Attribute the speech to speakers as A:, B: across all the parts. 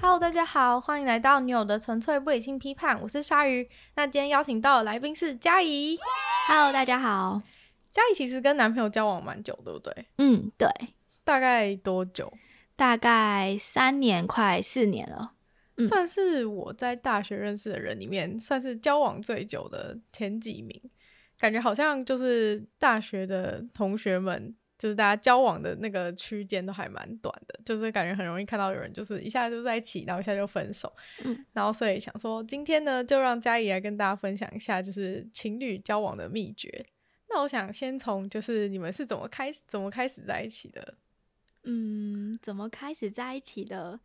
A: Hello，大家好，欢迎来到女友的纯粹不理性批判，我是鲨鱼。那今天邀请到的来宾是佳怡，
B: Hello，大家好。
A: 佳怡其实跟男朋友交往蛮久，对不对？
B: 嗯，对，
A: 大概多久？
B: 大概三年快四年了。嗯
A: 算是我在大学认识的人里面，算是交往最久的前几名。感觉好像就是大学的同学们，就是大家交往的那个区间都还蛮短的，就是感觉很容易看到有人就是一下就在一起，然后一下就分手。
B: 嗯，
A: 然后所以想说，今天呢就让佳怡来跟大家分享一下，就是情侣交往的秘诀。那我想先从就是你们是怎么开始怎么开始在一起的？
B: 嗯，怎么开始在一起的？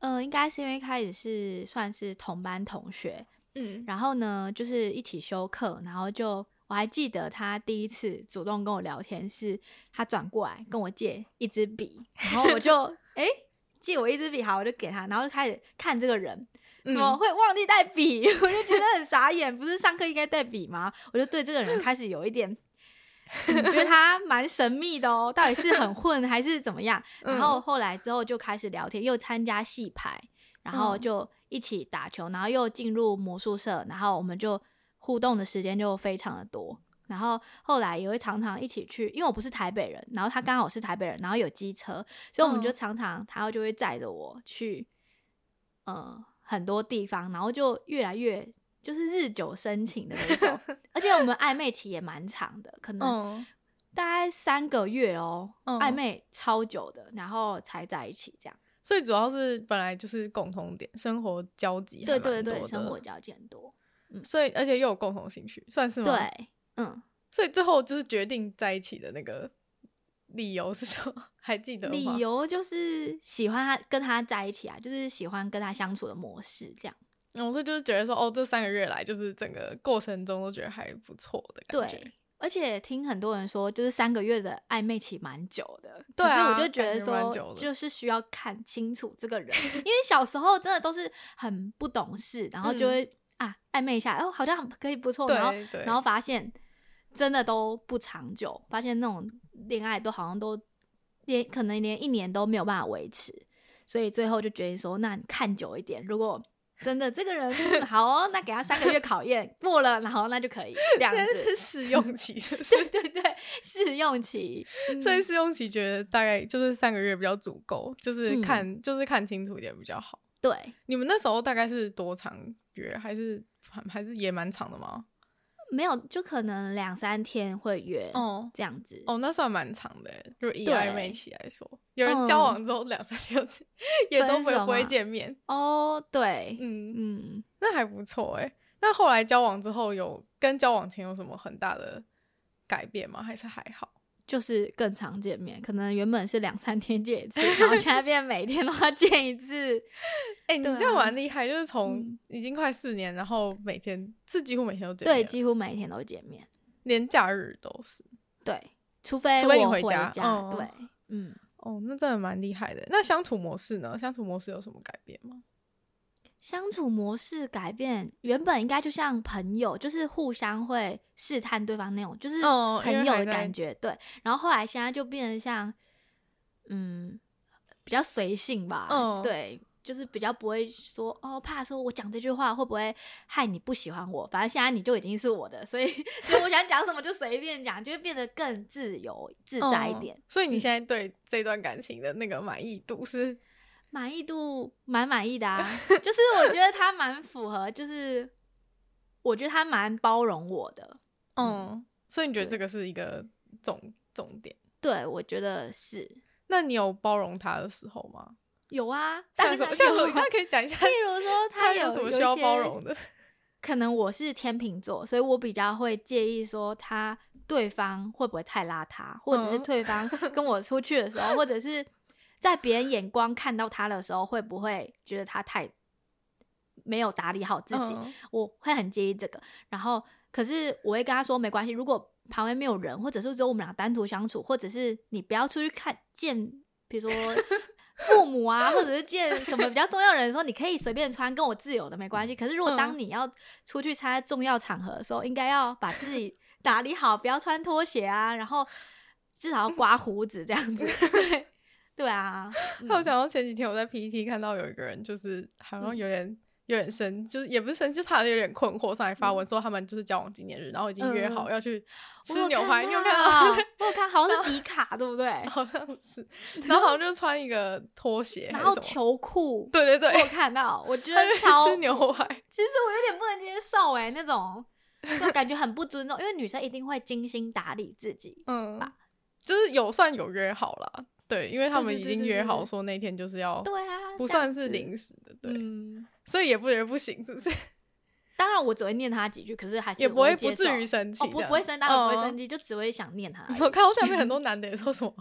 B: 呃，应该是因为一开始是算是同班同学，
A: 嗯，
B: 然后呢，就是一起修课，然后就我还记得他第一次主动跟我聊天是，他转过来跟我借一支笔，然后我就诶借我一支笔，好，我就给他，然后就开始看这个人，怎么会忘记带笔？ 我就觉得很傻眼，不是上课应该带笔吗？我就对这个人开始有一点。嗯觉得他蛮神秘的哦，到底是很混还是怎么样？
A: 嗯
B: 然后后来之后就开始聊天，又参加戏排，然后
A: 嗯
B: 就一起打球，然后又进入魔术社，然后我们就互动的时间就非常的多。然后后来也会常常一起去，因为我不是台北人，然后他刚好是台北人，然后有机车，所以我们就
A: 嗯
B: 常常他就会载着我去，呃，很多地方，然后就越来越就是日久生情的 那种，而且我们暧昧期也蛮长的，可能
A: 嗯
B: 大概三个月哦，
A: 嗯
B: 暧昧超久的，然后才在一起这样。
A: 所以主要是本来就是共同点，生活交集还
B: 对
A: 蛮多
B: 对
A: 的，
B: 对，生活交际很多。
A: 所以而且又有共同兴趣，算是吗？，
B: 对，嗯，
A: 所以最后就是决定在一起的那个理由是什么？还记得吗？
B: 理由就是喜欢他跟他在一起啊，就是喜欢跟他相处的模式这样。
A: 嗯，我、所以就是觉得说，哦，这三个月来就是整个过程中都觉得还不错的感觉。
B: 对，而且听很多人说，就是三个月的暧昧期蛮久的，
A: 对啊
B: 可是我就觉得
A: 感觉蛮久
B: 说，
A: 的
B: 就是需要看清楚 这个人，因为小时候真的都是很不懂事，然后
A: 嗯
B: 就会、啊暧昧一下，哦，好像可以不错，
A: 对
B: 然后
A: 对
B: 然后发现真的都不长久，发现那种恋爱都好像都连可能连一年都没有办法维持，所以最后就决定说，那你看久一点，如果。真的，这个人 嗯好哦，那给他三个月考验过了，然后那就可以这样
A: 现
B: 子。
A: 在是试用 期，是不是？
B: 对对对，试用期。嗯
A: 所以试用期觉得大概就是三个月比较足够，就是
B: 嗯
A: 看、就是看清楚一点比较好。
B: 对，
A: 你们那时候大概是多长约？还是还是也蛮长的吗？
B: 没有就可能两三天会约
A: 哦
B: 这样子。
A: 哦，那算蛮长的欸，就以
B: 对嗯
A: 暧昧期来说，有人交往之后两三天就 也都
B: 分
A: 会
B: 手
A: 不会
B: 嘛
A: 见面，
B: 哦，对，
A: 嗯，
B: 嗯，
A: 那还不错哎。那后来交往之后有跟交往前有什么很大的改变吗？还是还好？
B: 就是更常见面，可能原本是两三天见一次，然后现在变每天都要见一 次。
A: 哎、你
B: 对
A: 这样
B: 啊
A: 蛮厉害，就是从
B: 嗯
A: 已经快四年，然后每天是几乎每天都见
B: 对，
A: 面，，
B: 几乎每天都见面。
A: 连假日都是。
B: 对，除非
A: 除
B: 我
A: 非你
B: 回
A: 回家嗯
B: 对，嗯，
A: 哦，那真的蛮厉害的。那相处模式呢？相处模式有什么改变吗？
B: 相处模式改变，原本应该就像朋友，就是互相会试探对方那种，就是
A: 哦
B: 朋
A: 因为
B: 友
A: 还
B: 的
A: 在
B: 感觉。对，然后后来现在就变得像，嗯，比较随性吧。
A: 嗯
B: 对，就是比较不会说哦，怕说我讲这句话会不会害你不喜欢我。反正现在你就已经是我的，所以 所以我想讲什么就随便讲，就会变得更自由自在一
A: 嗯
B: 点。
A: 所以你
B: 嗯
A: 现在对这段感情的那个满意度是
B: 满意度蛮满意的啊， 就是我觉得他蛮符合，就是我觉得他蛮包容我的，嗯
A: 嗯，所以你觉得
B: 对
A: 这个是一个重重点？
B: 对我觉得是
A: 那你有包容他的时候吗？
B: 有啊，当
A: 像
B: 然
A: 什么？像什
B: 有
A: 么？ 那可以讲一下，
B: 例如 说
A: 他
B: 有
A: 什么
B: 有
A: 需
B: 一
A: 要
B: 些
A: 包 容的？
B: 可能我是天秤座，所以我比较会介意说他对方会不会太邋遢，或者是
A: 嗯
B: 对方跟我出去的时候，或者是在别人眼光看到他的时候，会不会觉得他太没有打理好自 己？
A: 嗯
B: 我会很介意这个。然后，可是我会跟他说没关系，如果旁边没有人，或者是只有我们俩单独相处，或者是你不要出去看见，比 如说父母啊，或者是见什么比较重要的人的时候，你可以随便穿，跟我自由的没关系。可是如果当
A: 嗯
B: 你要出去参加重要场合的时候，应该要把自己打 理好，不要穿拖鞋啊，然后至少要刮胡子这样子。对。对啊，
A: 那我
B: 嗯
A: 想到前几天我在 PPT 看到有一个人，就是好像有点、有点生，就是也不是生气，就是他有点困惑，上来发文说他们就是交往纪念日，然后已经约
B: 嗯
A: 好
B: 嗯
A: 要去
B: 我
A: 吃牛
B: 看
A: 排，你有看
B: 到
A: 到？？
B: 我有看好像是迪卡，对不对？
A: 好像是，然后好像就穿一个拖鞋还
B: 然
A: 是
B: 后
A: 什么，
B: 球裤，
A: 对对
B: 我有
A: 对，
B: 看到，我觉
A: 他
B: 得
A: 就
B: 超
A: 去吃牛排，
B: 其实我有点不能接受哎、那种就感觉很不尊重，因为女生一定会精心打理自己。
A: 嗯，就是有算有约好啦，对，因为他
B: 对
A: 们
B: 对
A: 已
B: 对
A: 经
B: 对
A: 约
B: 对
A: 好
B: 对
A: 说那天就是要，
B: 对啊，
A: 不
B: 这样
A: 算是
B: 子
A: 临时的，对，
B: 嗯，
A: 所以也不觉得不行，是不是？
B: 当然我只会念他几句，可是还是
A: 也不
B: 我会
A: 不
B: 接
A: 至
B: 受
A: 于生气
B: 哦，
A: 这样，
B: 不不会生，当然不
A: 嗯
B: 会生气，啊就只会想念他而已。
A: 我看到下 面很多男的也说什么，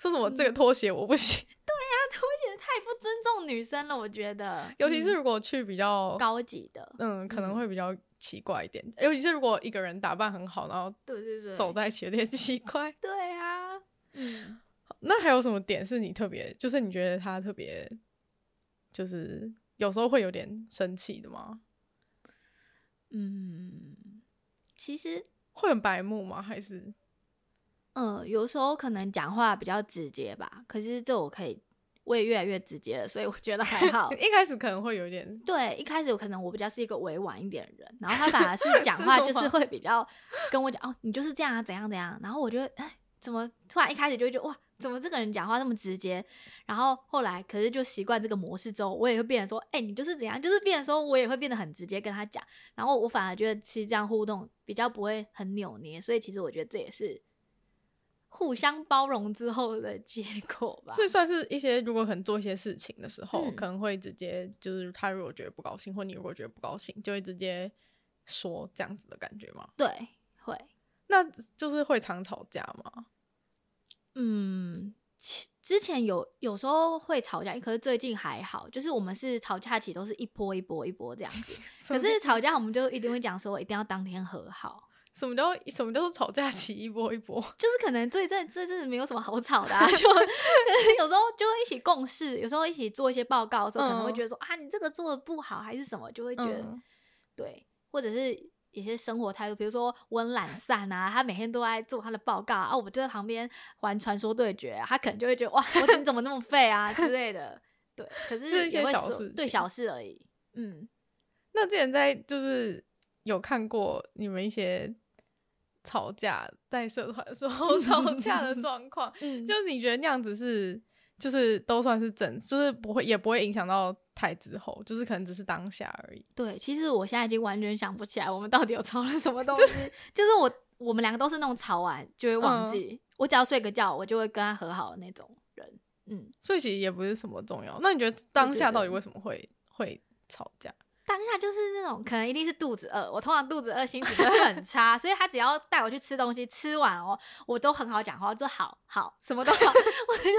A: 说什么这个
B: 嗯
A: 拖鞋我不行，
B: 有点太不尊重女生了，我觉得，
A: 尤其是
B: 嗯
A: 如果去比较，
B: 高级的，
A: 嗯，可能
B: 嗯
A: 会比较奇怪一点，尤其是如果一个人打扮很好，然后
B: 对对对，
A: 走在一起有点 奇怪。
B: 对啊，嗯，
A: 那还有什么点是你特别，就是你觉得他特别，就是有时候会有点生气的吗？
B: 嗯，其实，
A: 会很白目吗？还是。
B: 嗯，有时候可能讲话比较直接吧，可是这我可以，我也越来越直接了，所以我觉得还好
A: 一开始可能会有点，
B: 对，一开始有可能我比较是一个委婉一点的人，然后他反而是讲
A: 真
B: 话
A: 的
B: 就是
A: 吗
B: 会比较跟我讲哦，你就是这样啊，怎样怎样，然后我就会哎，怎么突然一开始就会觉得哇，怎么这个人讲话那么直接，然后后来可是就习惯这个模式之后，我也会变得说，哎，你就是怎样，就是变得说我也会变得很直接跟他讲，然后我反而觉得其实这样互动比较不会很扭捏，所以其实我觉得这也是互相包容之后的结果吧。
A: 所以算是一些如果可能做一些事情的时候，
B: 嗯
A: 可能会直接就是他如果觉得不高兴，或你如果觉得不高兴，就会直接说这样子的感觉吗？
B: 对，会。
A: 那就是会常吵架吗？
B: 嗯，其之前有有时候会吵架，可是最近还好，就是我们是吵架起都是一波一波一波这样子。可是吵架我们就一定会讲说，一定要当天和好，
A: 什么叫什么叫做吵架起一波一波？
B: 就是可能最这这阵子没有什么好吵 的、啊，就可能有时候就会一起共事，有时候一起做一些报告的时候，可能会
A: 嗯
B: 觉得说、啊，你这个做的不好还是什么，就会觉得、
A: 嗯
B: 对，或者是一些生活态度，比如说我很懒散啊，他每天都在做他的报告啊，啊我就在旁边玩传说对决、啊，他可能就会觉得哇，我你怎么那么废啊之类的。对，可
A: 就是是一些
B: 也会
A: 小
B: 说
A: 事
B: 对
A: 情
B: 小事而已。嗯，
A: 那之前在就是有看过你们一些吵架在社团的时候 吵架的状况，
B: 嗯
A: 就是你觉得那样子是就是都算是正，就是不会也不会影响到太之后，就是可能只是当下而已。
B: 对，其实我现在已经完全想不起来我们到底有吵了什么东西，就是我我们两个都是那种吵完就会忘
A: 嗯
B: 记，我只要睡个觉，我就会跟他和好的那种人。嗯，
A: 所以其实也不是什么重要。那你觉得当下到底
B: 对
A: 为什么会会吵架？
B: 当下就是那种可能一定是肚子饿，我通常肚子饿心情就会很差， 所以他只要带我去吃东西，吃完哦，我都很好讲话，我就好好什么都好， 我就是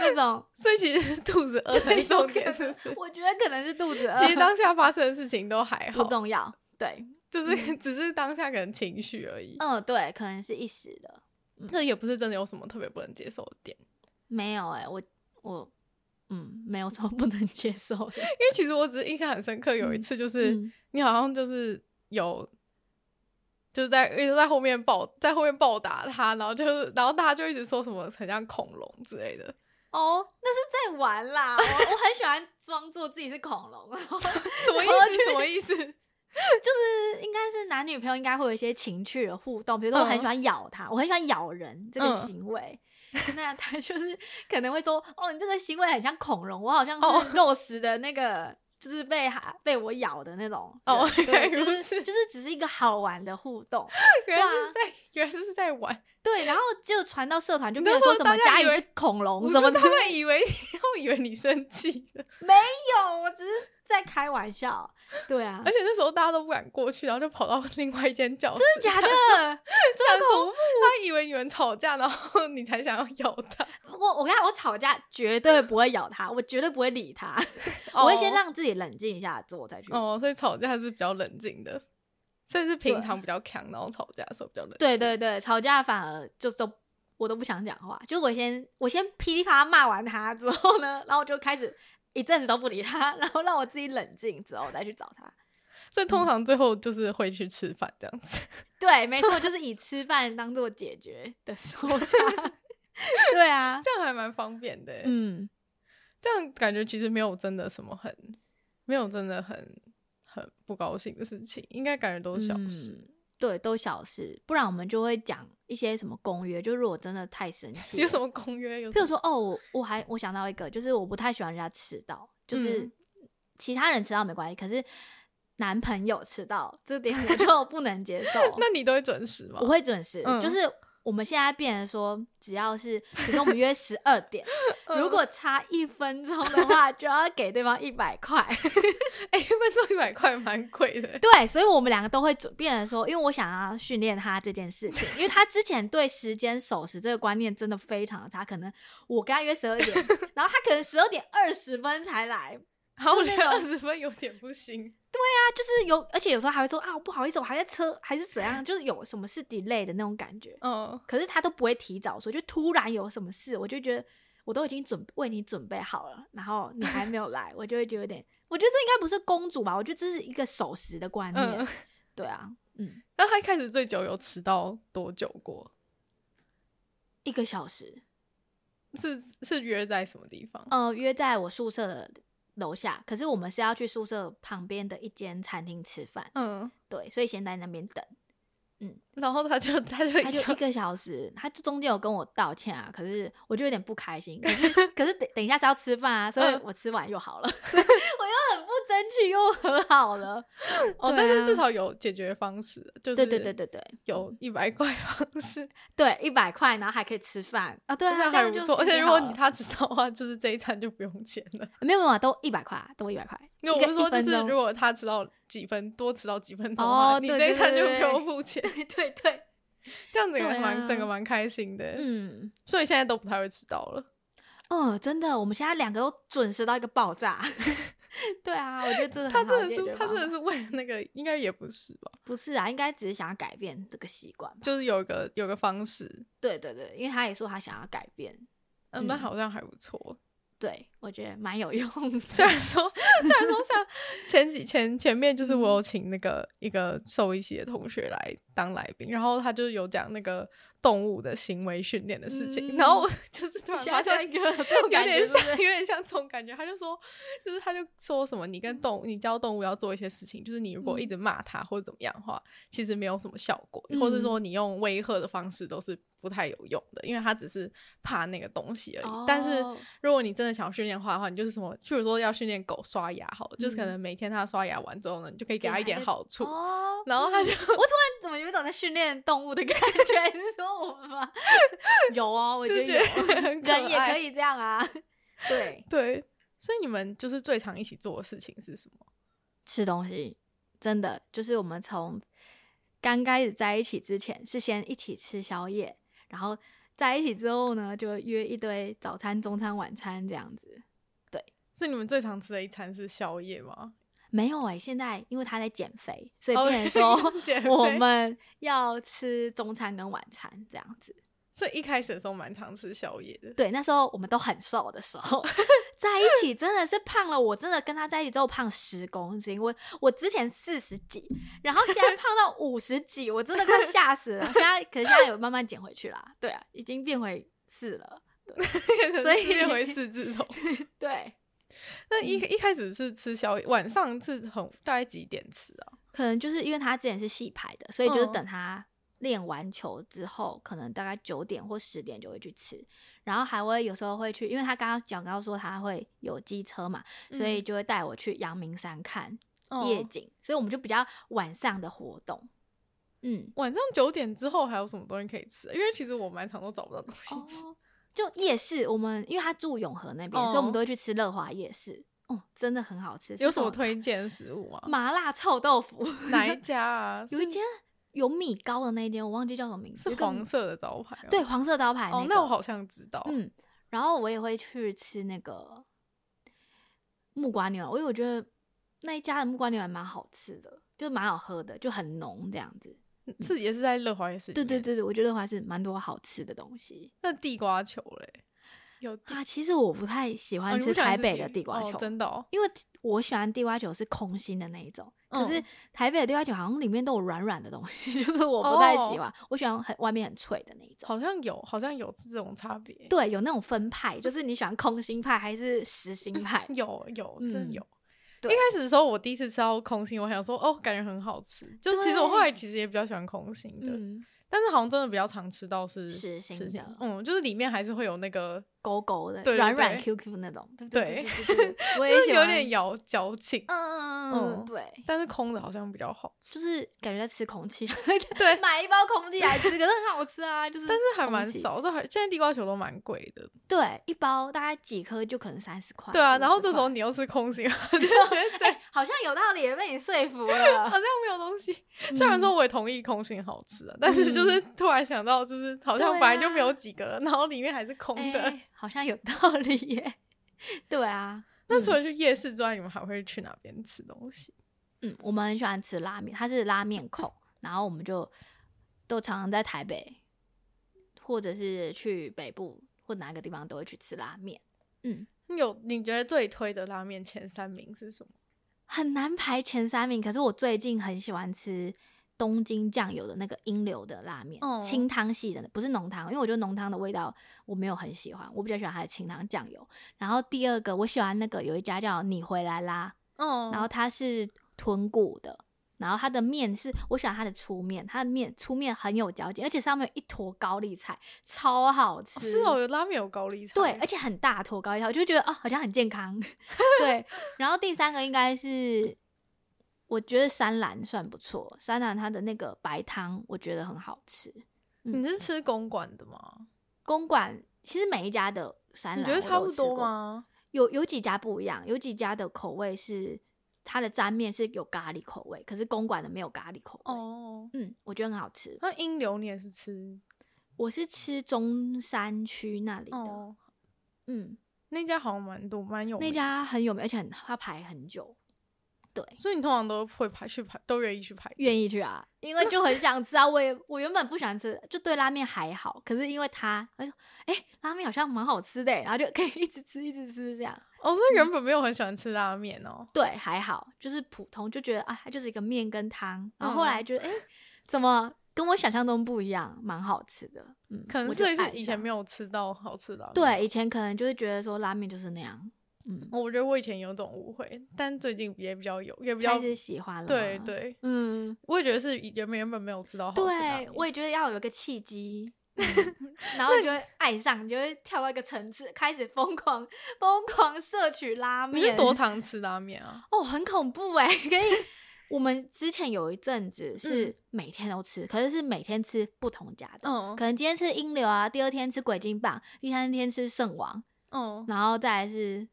B: 那 种
A: 所以其实是肚子饿才是重点，是不 是？
B: 我觉得可能是肚子饿，
A: 其实当下发生的事情都还
B: 不
A: 好，
B: 重嗯要，对，
A: 就是只是当下可能情绪而已。
B: 嗯对，可能是一时的，
A: 那也不是真的有什么特别不能接受的点，
B: 没有哎、我我嗯没有什么不能接受 的，
A: 因为其实我只是印象很深刻，有一
B: 嗯
A: 次就是、
B: 嗯
A: 你好像就是有。就是在一直在后面暴在后面暴打他，然后就是然后大家就一直说什么很像恐龙之类的，
B: 哦，那是在玩啦，我我很喜欢装作自己是恐龙， 然后
A: 什么意
B: 我
A: 思？
B: 去
A: 什么意思？
B: 就是应该是男女朋友应该会有一些情趣的互动，比如说我很喜欢咬他，我很喜欢咬人这个
A: 嗯
B: 行为。那他就是 可能会说：“哦，你这个行为很像恐龙，我好像
A: 哦
B: 是肉食的那个，就是被哈被我咬的那种。”
A: 哦
B: 对，
A: 原来
B: 就
A: 如
B: 是
A: 此
B: 就是只是一个好玩的互动。
A: 原来是
B: 啊
A: 在、原来是在玩，
B: 对，然后就传到社团，就
A: 你
B: 变
A: 那
B: 成说
A: 时
B: 什
A: 候
B: 么
A: 大家
B: 家
A: 以
B: 里
A: 为
B: 是恐龙
A: 不
B: 什么
A: 是
B: 的
A: 他。们以为 他们以为你生气了，
B: 有，我只是在开玩笑。对啊
A: 而，且那时候大家都不敢过去，然后就跑到另外一间教室。
B: 真的假
A: 想说
B: 的？
A: 想说他以为你们吵架，然后你才想要咬他。
B: 我我跟他我吵架绝对不会咬他，我绝对不会 理他，我会先
A: 哦
B: 让自己冷静一下之后我再去。
A: 哦，所以吵架是比较冷静的，所以是平常比较强，然后吵架的时候比较冷静。
B: 对对对，吵架反而就都我都不想讲话，就我先我先噼里啪啦骂完他之后呢，然后我就开始一阵子都不理他，然后让我自己冷静之后我再去找他。
A: 所以
B: 嗯
A: 通常最后就是会去吃饭这样子。
B: 对，没错，就是以吃饭当做解决的收场。对啊，
A: 这样还蛮方便的欸。
B: 嗯，
A: 这样感觉其实没有真的什么很，没有真的很很不高兴的事情，应该感觉都是小事。
B: 嗯对，都小事，不然我们就会讲一些什么公约。就如果真的太生 气，
A: 有什？么公约？有
B: 譬如
A: 什么
B: 嗯说，哦，我我还我想到一个，就是我不太喜欢人家迟到，就是
A: 嗯
B: 其他人迟到没关系，可是男朋友迟到这点我就 不能接受。
A: 那你都会准时吗？
B: 我会准时，
A: 嗯
B: 就是我们现在变成说，只要是比如说我们约十二 点，
A: 嗯
B: 如果差一分钟的话，就要给对方一百块。
A: 哎，一分钟一百块蛮贵的。欸
B: 对，所以我们两个都会准，变成说，因为我想要训练他这件事情，因为他之前对时间守时这个观念真的非常的差，可能我跟他约十二点，然后他可能十二点二十分才来，
A: 好，我
B: 就
A: 觉
B: 那嗯
A: 得二
B: 种
A: 十分有点不行。
B: 他就是有，而且有时候还会说啊，我不好意思，我还在车，还是怎样，就是有什么事 delay 的那种感觉。
A: 嗯，
B: 可是他都不会提早说，就突然有什么事，我就觉得我都已经准为你准备好了，然后你还没有来，我就会觉得有点，我觉得这应该不是公主吧，我觉得这是一个守时的观念，
A: 嗯
B: 对啊，嗯，
A: 那他一开始醉酒有迟到多久过？
B: 一个小时，
A: 是是约在什么地方？
B: 呃，约在我宿舍的楼下，可是我们是要去宿舍旁边的一间餐厅吃饭，
A: 嗯，
B: 对，所以先在那边等，
A: 然后他就他就
B: 他
A: 已
B: 就一
A: 经
B: 个小时，他就中间有跟我道歉啊，可是我就有点不开心。可是可是等等一下是要吃饭啊，所以
A: 嗯
B: 我吃完又 好了， 我又很不争气，又和好了。
A: 哦，
B: 对
A: 但是
B: 啊
A: 至少有解决方式， 就是
B: 对对对对对，嗯
A: 有一百块方式，
B: 对一百块，然后还可以吃饭啊，对
A: 这
B: 啊，
A: 样
B: 这
A: 还
B: 样
A: 不
B: 就
A: 错。而
B: 心
A: 且
B: 情
A: 如果
B: 好
A: 你
B: 了
A: 他知道的话，就是这一餐就不用钱了。
B: 没有没有啊，都一百块，都一百块。
A: 因为
B: 一
A: 我
B: 个
A: 是
B: 一
A: 说，就
B: 分
A: 是
B: 钟
A: 如果他迟到几分，多迟到几分钟的
B: 哦
A: 话，你
B: 对
A: 这一
B: 对
A: 餐
B: 对
A: 就不
B: 对
A: 用付钱，
B: 对 对对，
A: 这样子也
B: 对
A: 蛮、整个
B: 啊
A: 蛮开心的。，
B: 嗯。
A: 所以现在都不太会迟到了。
B: 哦，真的，我们现在两个都准时到一个 爆炸。对啊，我觉得真的
A: 他
B: 很好
A: 真的
B: 解决
A: 是，他
B: 方
A: 真的
B: 法
A: 是为了那个，应该也不是吧？
B: 不是啊，应该只是想要改变这个习惯吧。
A: 就是有一个有个方式，
B: 对对对，因为他也说他想要改变，
A: 嗯，那
B: 嗯
A: 好像还不错。
B: 对我觉得蛮有用 的。
A: 虽然说，虽然说像前几前前面就是
B: 嗯
A: 我有请那个一个兽医系的同学来当来宾，然后他就有讲那个动物的行为训练的事情，
B: 嗯
A: 然后我就是 突然
B: 现在
A: 发
B: 突然
A: 现
B: 一。个这
A: 有
B: 种感觉
A: 点
B: 是不
A: 像，
B: 是，
A: 有点像这种感觉。他就说，就是他就说什么，你跟动物，你教动物要做一些事情，就是你如果一
B: 嗯
A: 直骂它或者怎么样的话，其实没有什么效果，
B: 嗯
A: 或者说你用威吓的方式都是不太有用的，因为它只是怕那个东西而已。但是
B: 哦
A: 如果你真的想要训练它的话，你就是什么，譬如说要训练狗刷牙好了，就是可
B: 嗯
A: 能每天它刷牙完之后呢，你就可以给
B: 给
A: 它
B: 它
A: 一点
B: 一个
A: 好处。
B: 哦
A: 然后他就
B: 嗯我突然怎么有一种在训练动物的感觉？ 你是说我们吗？有哦，我觉
A: 就
B: 得
A: 觉得
B: 有，
A: 很可
B: 人也
A: 爱
B: 可以这样啊。 对，
A: 对。所以你们就是最常一起做的事情是什么？
B: 吃东西，真的就是我们从刚开始在一起之前是先一起吃宵夜，然后在一起之后呢，就约一堆早餐、中餐、晚餐这样子。
A: 所以你们最常吃的一餐是宵夜吗？
B: 没有哎、现在因为他在减肥，所以
A: 哦
B: 变成说
A: 是 减
B: 我
A: 肥
B: 们要吃中餐跟晚餐这样子。
A: 所以一开始的时候蛮常吃宵夜的。
B: 对，那时候我们都很瘦的时候， 在一起真的是胖了。我真的跟他在一起之后胖十公斤，我我之前四十几，然后现在胖到五十几，我真的快吓死了。现在可是现在有慢慢减回去啦，对啊，已经变回四了。所以
A: 变 回四字头。
B: 对，
A: 那一一开始是吃宵夜，晚上是很大概几点吃啊？
B: 可能就是因为他之前是戏牌的，所以就是
A: 嗯
B: 等他练完球之后，可能大概九点或十点就会去吃，然后还会有时候会去，因为他刚刚讲到说他会有机车嘛，所以就会带我去阳明山看。夜
A: 哦
B: 景，所以我们就比较晚上的活动。嗯，
A: 晚上九点之后还有什么东西可以吃？因为其实我蛮常都找不到东西
B: 哦
A: 吃。
B: 就夜市，我们因为他住永和那边，所以我们都会去吃乐华夜市。哦、真的很好吃。
A: 哦有什么
B: 是那种
A: 推荐食物 吗？
B: 麻辣臭豆 腐，
A: 哪一家啊？
B: 有一
A: 是
B: 间有米糕的那一间，我忘记叫什么名字，
A: 是
B: 有一个
A: 黄色的招牌、啊。
B: 对，黄色招牌
A: 哦，
B: 那
A: 那
B: 个
A: 我好像知道。
B: 嗯，然后我也会去吃那个木瓜牛奶，因为我觉得那一家的木瓜牛奶蛮好吃的，就蛮好喝的，就很浓这样子。
A: 是也是在乐华夜市。
B: 对对。对对，我觉得还是蛮多好吃的东西。
A: 那地瓜球嘞？有地
B: 啊，其实我不太喜
A: 哦
B: 欢
A: 你不
B: 吃
A: 喜欢
B: 台
A: 吃
B: 北
A: 地
B: 的地瓜
A: 哦
B: 球，
A: 真的哦，
B: 因为我喜欢地瓜球是空心的那一种，可是
A: 嗯
B: 台北的地瓜球好像里面都有软软的东西， 就是我不太
A: 哦
B: 喜欢。我喜欢很外面很脆的那一种。
A: 好像有，好像有这种差别。？
B: 对，有那种分派，就是你喜欢空心派还是实心派
A: 有有，真的
B: 嗯
A: 有。一
B: 对
A: 开始的时候，我第一次吃到空心，我想说，哦，感觉很好吃。就其实我后来
B: 对
A: 其实也比较喜欢空心的，
B: 嗯，
A: 但是好像真的比较常吃到是
B: 实心
A: 实
B: 的
A: 嗯，就是里面还是会有那个，
B: 勾勾的，
A: 对对
B: 软
A: 对
B: 软 Q Q 那种。对对
A: 对
B: 对对对对，我
A: 就
B: 也
A: 是
B: 喜
A: 有
B: 欢。
A: 点咬嚼劲，
B: 嗯
A: 嗯
B: 嗯，对，
A: 但是空的好像比较好吃，
B: 就是感觉在吃空气，
A: 对
B: 买一包空气来吃，可是很好吃啊，就是。
A: 但是还
B: 空
A: 蛮
B: 气
A: 少，都还现在地瓜球都蛮贵的，
B: 对，一包大概几颗就可能三十块。
A: 对啊。
B: 50
A: 然后这时候
B: 块
A: 你又吃空心， 我就觉得 这
B: 好像有道理，被你说服
A: 好 像
B: 了。
A: 没有东西。虽然说我也同意空心好吃啊，但是就是突然想到，就是好像
B: 对
A: 本来就没有
B: 啊
A: 几个了，然后里面还是空
B: 哎、
A: 的。
B: 好像有道理耶。 对啊，
A: 那除了去夜市之外，你们还会去哪边吃东西？
B: 嗯，我们很喜欢吃拉面，它是拉面控，然后我们就都常常在台北，或者是去北部或哪个地方都会去吃拉面。嗯，
A: 你有你觉得最推的拉面前三名是什么？
B: 很难排前三名，可是我最近很喜欢吃。东京酱油的那个英流的拉面，
A: 哦
B: 清汤系的，不是浓汤，因为我觉得浓汤的味道我没有很喜欢，我比较喜欢它的清汤酱油。然后第二个，我喜欢那个有一家叫你回来啦，
A: 嗯
B: 然后它是豚骨的，然后它的面是我喜欢它的粗面，它的面粗面很有嚼劲，而且上面有一坨高丽菜，超好吃。
A: 是哦，有拉面有高丽菜，
B: 对，而且很大坨高丽菜，我就觉得啊、好像很健 康。对，然后第三个应该是，我觉得山兰算不错，山兰它的那个白汤我觉得很好吃。嗯
A: 你是吃公馆的吗？
B: 公馆其实每一家的山兰
A: 你觉得
B: 啊我
A: 差
B: 都
A: 不
B: 吃
A: 多
B: 过
A: 吗？
B: 有有几家不一样，有几家的口味是它的沾面是有咖喱口味，可是公馆的没有咖喱口味。
A: 哦，
B: 嗯，我觉得很好吃。
A: 那英流你也是吃
B: 我是吃中山区那里的，
A: 哦，
B: 嗯，
A: 那家好像蛮多蛮有
B: 那
A: 名的，
B: 家很有名，而且很它排很久，
A: 所以你通常都会排去排，都愿意去排队。
B: 愿意去啊，因为就很想吃啊。我也我原本不想吃，就对拉面还好，可是因为它，我就说哎、拉面好像蛮好吃的欸，然后就可以一直吃一直吃这样。
A: 哦，所以
B: 嗯
A: 原本没有很喜欢吃拉面哦，
B: 对，还好，就是普通，就觉得啊，它就是一个面跟汤。然后
A: 嗯
B: 后来觉得，哎、怎么跟我想象中不一样，蛮好吃的。嗯，
A: 可能
B: 我
A: 是
B: 就
A: 也是
B: 爱
A: 以
B: 上
A: 前没有吃到好吃的拉面。
B: 对，以前可能就是觉得说拉面就是那样，嗯，
A: 哦我觉得我以前有种误会，但最近也比较有，也比较
B: 开始喜欢了。
A: 对，对，
B: 嗯，
A: 我也觉得是原本原本没有吃到好吃的拉
B: 对
A: 面，
B: 我也觉得要有一个契机。嗯然后你就会爱上，你就会跳到一个层次，开始疯狂疯狂摄取拉
A: 你
B: 面。
A: 是多常吃拉面啊？
B: 哦，很恐怖哎、可以。我们之前有一阵子是每天都吃，可是是每天吃不同家的，
A: 嗯
B: 可能今天吃英流啊，第二天吃鬼金棒，第三天吃圣王，
A: 嗯，
B: 然后再来是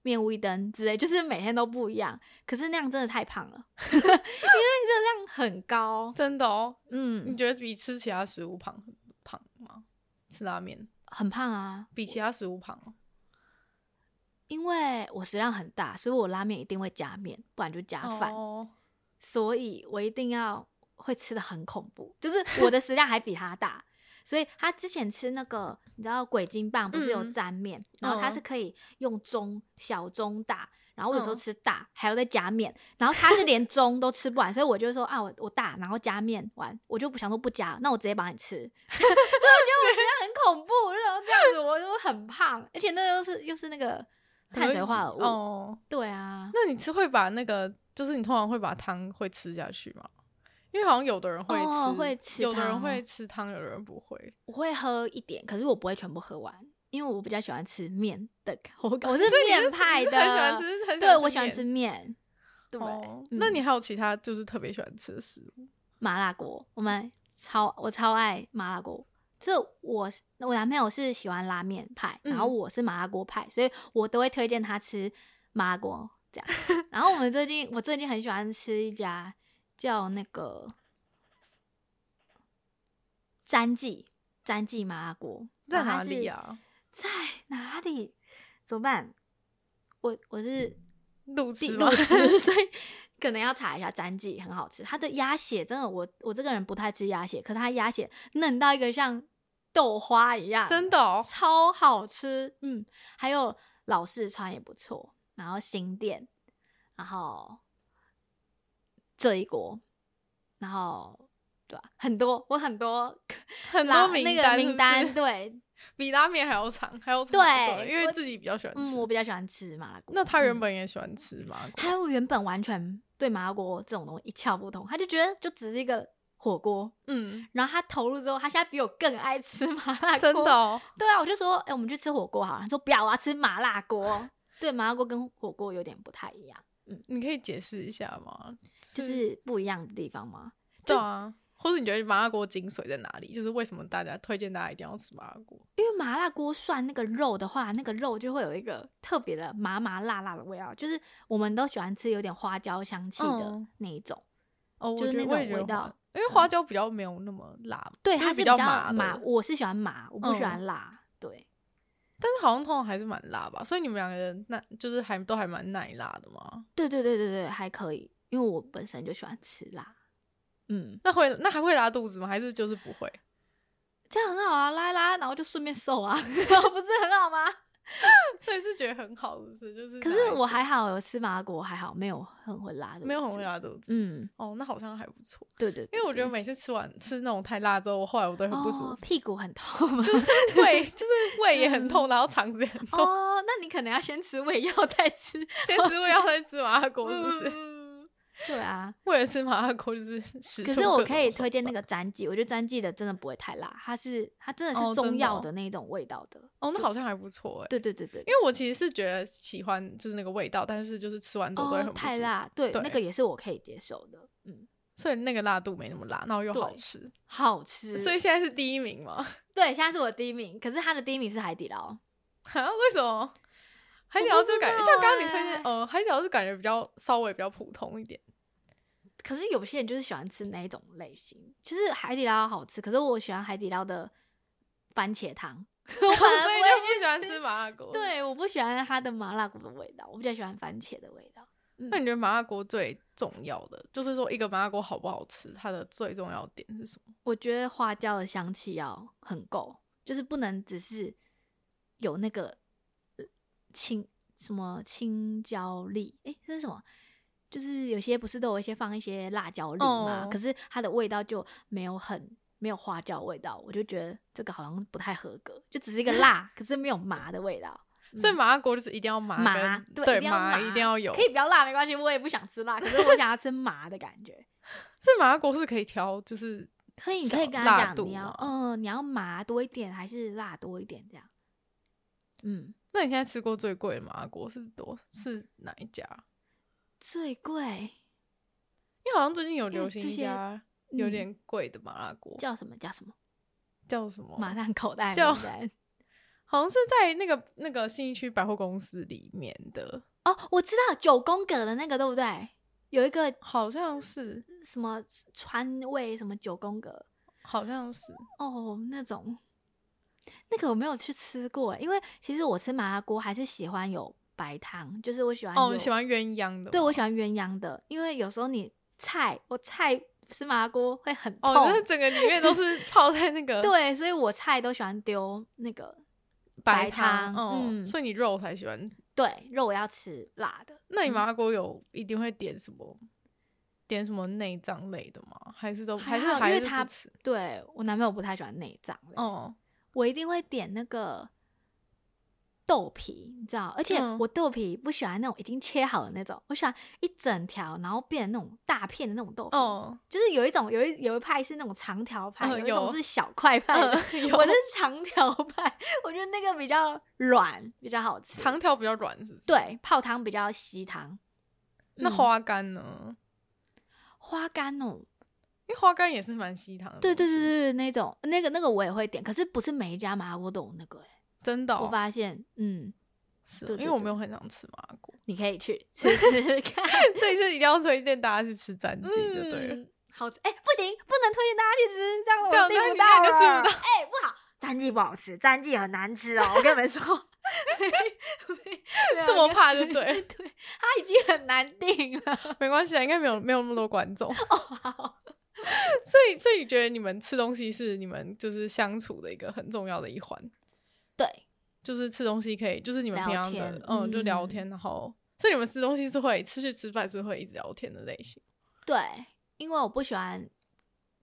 B: 面无一灯之类，就是每天都不一样。可是那样真的太胖了， 因为热量很高。
A: 真的哦，你
B: 嗯，
A: 觉得比吃其他食物胖很胖吗？吃拉面
B: 很胖啊，
A: 比其他食物胖哦，
B: 因为我食量很大，所以我拉面一定会加面，不然就加饭。
A: 哦
B: 所以我一定要会吃的很恐怖，就是我的食量还比他大，所以他之前吃那个你知道鬼金棒不是有
A: 嗯
B: 沾面，然后他是可以用中小中大，然后我有时
A: 嗯
B: 候吃大、还要再加面，然后他是连中都吃不完，所以我就说啊我我大然后加面完，我就不想说不加，那我直接帮你吃，所 以我觉得我食量很恐怖，然后这样子我就很胖，而且那又是又是那个碳水化合物，
A: 哦。
B: 对啊，
A: 那你吃会把那个，就是你通常会把汤会吃下去吗？因为好像有的人会吃，
B: 哦会吃
A: 有的人
B: 汤
A: 会吃汤，有的人不会。
B: 我会喝一点，可是我不会全部喝完，因为我比较喜欢吃面的口感。 我是
A: 哦所以你是
B: 面派
A: 你
B: 哎的，
A: 是很喜欢吃，很
B: 对我喜欢吃
A: 面。
B: 面。对，
A: 哦
B: 嗯
A: 那你还有其他就是特别喜欢吃的食物？
B: 麻辣锅，我们超我超爱麻辣锅。这我是我男朋友是喜欢拉面派，然后
A: 嗯
B: 我是麻辣锅派，所以我都会推荐他吃麻辣锅 这样。然后我们最近我最近很喜欢吃一家叫那个詹记詹记麻辣锅，
A: 在
B: 然后它
A: 哪里
B: 是
A: 啊？
B: 在哪里？怎么办？我我是
A: 路
B: 地
A: 痴吗
B: 路？痴， 所以可能要查一下詹记，很好吃。它的鸭血真的，我我这个人不太吃鸭血，可它鸭血嫩到一个像豆花一样，
A: 真的哦，
B: 超好吃。嗯，还有老四川也不错，然后新店，然后这一国，然后对吧、很多，我很多
A: 很
B: 拉
A: 多名
B: 那个
A: 单
B: 名
A: 是不
B: 单，
A: 是
B: 对，
A: 比拉面还要长，还要长
B: 对
A: 很多因为
B: 我
A: 自己比较喜欢 吃。
B: 嗯，我比较喜欢吃麻辣锅。
A: 那他
B: 嗯
A: 原本也喜欢吃 麻
B: 他
A: 锅，
B: 有原本完全对麻辣锅这种东西一窍不通，他就觉得就只是一个火锅。
A: 嗯，
B: 然后他投入之后，他现在比我更爱吃麻辣锅。
A: 真的、？哦，
B: 对啊，我就说，哎、我们去吃火锅好了。他说不要，我要吃麻辣锅。对，麻辣锅跟火锅有点不太一样，
A: 你可以解释一下吗？
B: 就是不一样的地方吗？
A: 对啊，或者你觉得麻辣锅精髓在哪里？就是为什么大家推荐大家一定要吃麻辣锅？
B: 因为麻辣锅涮那个肉的话，那个肉就会有一个特别的麻麻辣辣的味道，就是我们都喜欢吃有点花椒香气的
A: 嗯
B: 那一种。
A: 哦，我
B: 就是
A: 觉得
B: 那
A: 我也
B: 种
A: 觉得
B: 味道嗯
A: 花，因为花椒比较没有那么辣，
B: 对，
A: 就
B: 它
A: 是
B: 是
A: 比
B: 比
A: 较
B: 较
A: 麻
B: 麻，
A: 的
B: 我是喜欢麻，我不
A: 嗯
B: 喜欢辣。对，
A: 但是好像通常还是蛮辣吧，所以你们两个人那就是还都还蛮耐辣的嘛。
B: 对对对对对，还可以，因为我本身就喜欢吃辣。嗯，
A: 那会那还会拉肚子吗？还是就是不会？
B: 这样很好啊，拉一拉，然后就顺便瘦 啊，不是很好吗？
A: 所以是觉得很好，是不是？就是
B: 可
A: 拿
B: 是
A: 来
B: 我
A: 煮
B: 还好，有吃麻辣锅，我还好没有很会拉的，
A: 没有很会。拉肚子。
B: 嗯，
A: 哦，那好像还不错，
B: 对对
A: 因为我觉得每次吃完吃那种太辣之后，我后来我都
B: 得
A: 很不舒服，
B: 屁股很痛吗？
A: 胃就是胃也很
B: 嗯
A: 痛，然后肠子也很痛，
B: 哦，那你可能要先吃胃药再吃，
A: 先吃胃药再吃麻辣锅，是不是？
B: 嗯对啊，
A: 为了吃麻辣锅就是使
B: 可
A: 出
B: 是我
A: 各
B: 可以
A: 种
B: 推荐那
A: 手
B: 个詹记，我觉得詹记的真的不会太辣，它是它真的
A: 哦真
B: 是中
A: 的
B: 药
A: 哦
B: 的那种味道的。
A: 段哦，那好像还不错哎、
B: 对对对对，
A: 因为我其实是觉得喜欢就是那个味道，但是就是吃完之后都会
B: 哦
A: 很不
B: 太
A: 舒服，
B: 辣，对
A: 对
B: 那个也是我可以接受的。嗯，
A: 所以那个辣度没那么辣，然后又好
B: 对
A: 吃，
B: 好吃。
A: 所以现在是第一名嘛？
B: 对，现在是我的第一名，可是它的第一名是海底捞。
A: 啊，为什么？海底
B: 我
A: 捞
B: 不
A: 就
B: 知
A: 感觉
B: 道
A: 像刚刚你推荐，
B: 欸
A: 呃，海底捞就感觉比较稍微比较普通一点。
B: 可是有些人就是喜欢吃那一种类型，就是海底捞好吃，可是我喜欢海底捞的番茄汤。 啊我
A: 所
B: 反而
A: 以
B: 不会
A: 就不喜欢吃麻辣锅。，
B: 对，我不喜欢它的麻辣锅的味道，我比较喜欢番茄的味道。嗯
A: 那你觉得麻辣锅最重要的，就是说一个麻辣锅好不好吃，它的最重要点是什么？
B: 我觉得花椒的香气要很够，就是不能只是有那个呃青什么青椒粒，诶，这是什么？就是有些不是都有一些放一些辣椒粒嘛，
A: 哦
B: 可是它的味道就没有很没有花椒味道，我就觉得这个好像不太合格，就只是一个辣，可是没有麻的味道。
A: 所以
B: 嗯
A: 麻辣锅就是一定要麻跟，
B: 麻对
A: 对
B: 一定要
A: 麻
B: 麻
A: 一定要有。
B: 可以不要辣没关系，我也不想吃辣，可是我想要吃麻的感觉。
A: 所以麻辣锅是可以调，就是
B: 可以，你
A: 小
B: 可以跟
A: 辣
B: 他
A: 度
B: 讲，你要
A: 吗
B: 嗯，你要麻多一点还是辣多一点这样？嗯，
A: 那你现在吃过最贵的麻辣锅是多是哪一家？
B: 最贵
A: 因为好像最近有
B: 因为
A: 流行
B: 这
A: 一
B: 些
A: 家有
B: 嗯
A: 点贵的麻辣锅，
B: 叫什么叫什么？
A: 叫什么？
B: 马上口 袋
A: 叫
B: 名单
A: 好像是在那个那个信义区百货公司里面的，
B: 哦，我知道九宫格的那个对不对？有一个
A: 好像是，
B: 什么川味什么九宫格
A: 好像是。
B: 哦，那种那个我没有去吃过，因为其实我吃麻辣锅还是喜欢有白汤，就是我喜欢
A: 哦，
B: 有
A: 你喜欢鸳鸯的？
B: 对我喜。欢鸳鸯的，因为有时候你菜我菜吃麻辣锅会很痛。
A: 哦，就是整个里面都是泡在那 个
B: 对，所以我菜都喜欢丢那个
A: 白
B: 白
A: 汤，
B: 汤
A: 嗯，
B: 嗯
A: 所以你肉才喜欢。
B: 对肉，我要吃辣的。
A: 那你
B: 嗯
A: 麻辣锅有一定会点什么？点什么内脏类的吗？还是都
B: 还
A: 是
B: 好
A: 还
B: 因
A: 是
B: 为
A: 不
B: 它嗯
A: 吃？
B: 对我男朋友不太喜欢内脏类，
A: 哦，
B: 我一定会点那个豆皮，你知道？而且
A: 嗯
B: 我豆皮不喜欢那种已经切好的那种，我喜欢一整条，然后变成那种大片的那种豆皮。
A: 哦，
B: 就是有一种有一有一派是那种长条派，
A: 嗯
B: 有一种
A: 有
B: 是小块派的。
A: 嗯有
B: 我是长条派，我觉得那个比较软，比较好吃。
A: 长条比较软，是不是？。
B: 对泡汤比较吸汤。
A: 那
B: 嗯
A: 花干呢？
B: 花干哦，
A: 因为花干也是蛮稀汤的东西。
B: 对对对对，对那种那个那个我也会点，可是不是每一家麻辣锅都有那个、欸
A: 真的哦。
B: 我发现，嗯，
A: 是哦，
B: 对
A: 因
B: 对
A: 为我
B: 对
A: 没有很想吃麻辣锅，
B: 你可以去吃吃看，
A: 所以是一定要推荐大家去吃沾
B: 嗯
A: 鸡，就对了。
B: 好吃，哎、不行，不能推荐大家去吃，这样
A: 这样
B: 我
A: 这样
B: 订
A: 你
B: 不到
A: 这样就吃
B: 了，
A: 不
B: 哎、不好，詹记不好吃，詹记很难吃哦，我跟你们说。
A: 这么怕就对了
B: 对，它已经很难定了。
A: 没关系啊，应该没有没有那么多观众。
B: 哦，好，
A: 所以所以你觉得你们吃东西是你们就是相处的一个很重要的一环，
B: 对，
A: 就是吃东西可以，就是你们平
B: 聊
A: 常的
B: 天
A: 嗯就聊
B: 嗯
A: 天，然后所以你们吃东西是会吃去吃饭是会一直聊天的类型。
B: 对，因为我不喜欢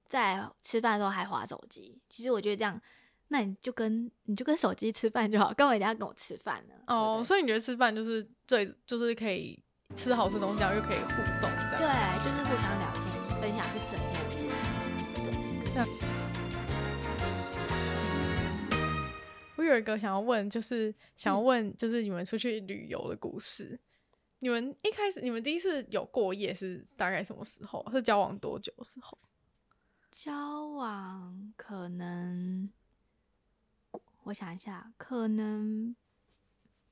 B: 在吃饭的时候还划手机。其实我觉得这样，那你就跟你就跟手机吃饭就好，干嘛一定要跟我吃饭呢？对不
A: 哦，
B: 对
A: 所以你觉得吃饭就是最就是可以吃好吃东西，然后又可以互动这
B: 对
A: 样。，
B: 就是互相聊天，分享一整天的事情。对，
A: 我有一个想要问，就是想
B: 嗯
A: 要问，就是你们出去旅游的故事。你们一开始，你们第一次有过夜是大概什么时候？是交往多久的时候？
B: 交往可能，我想一下，可能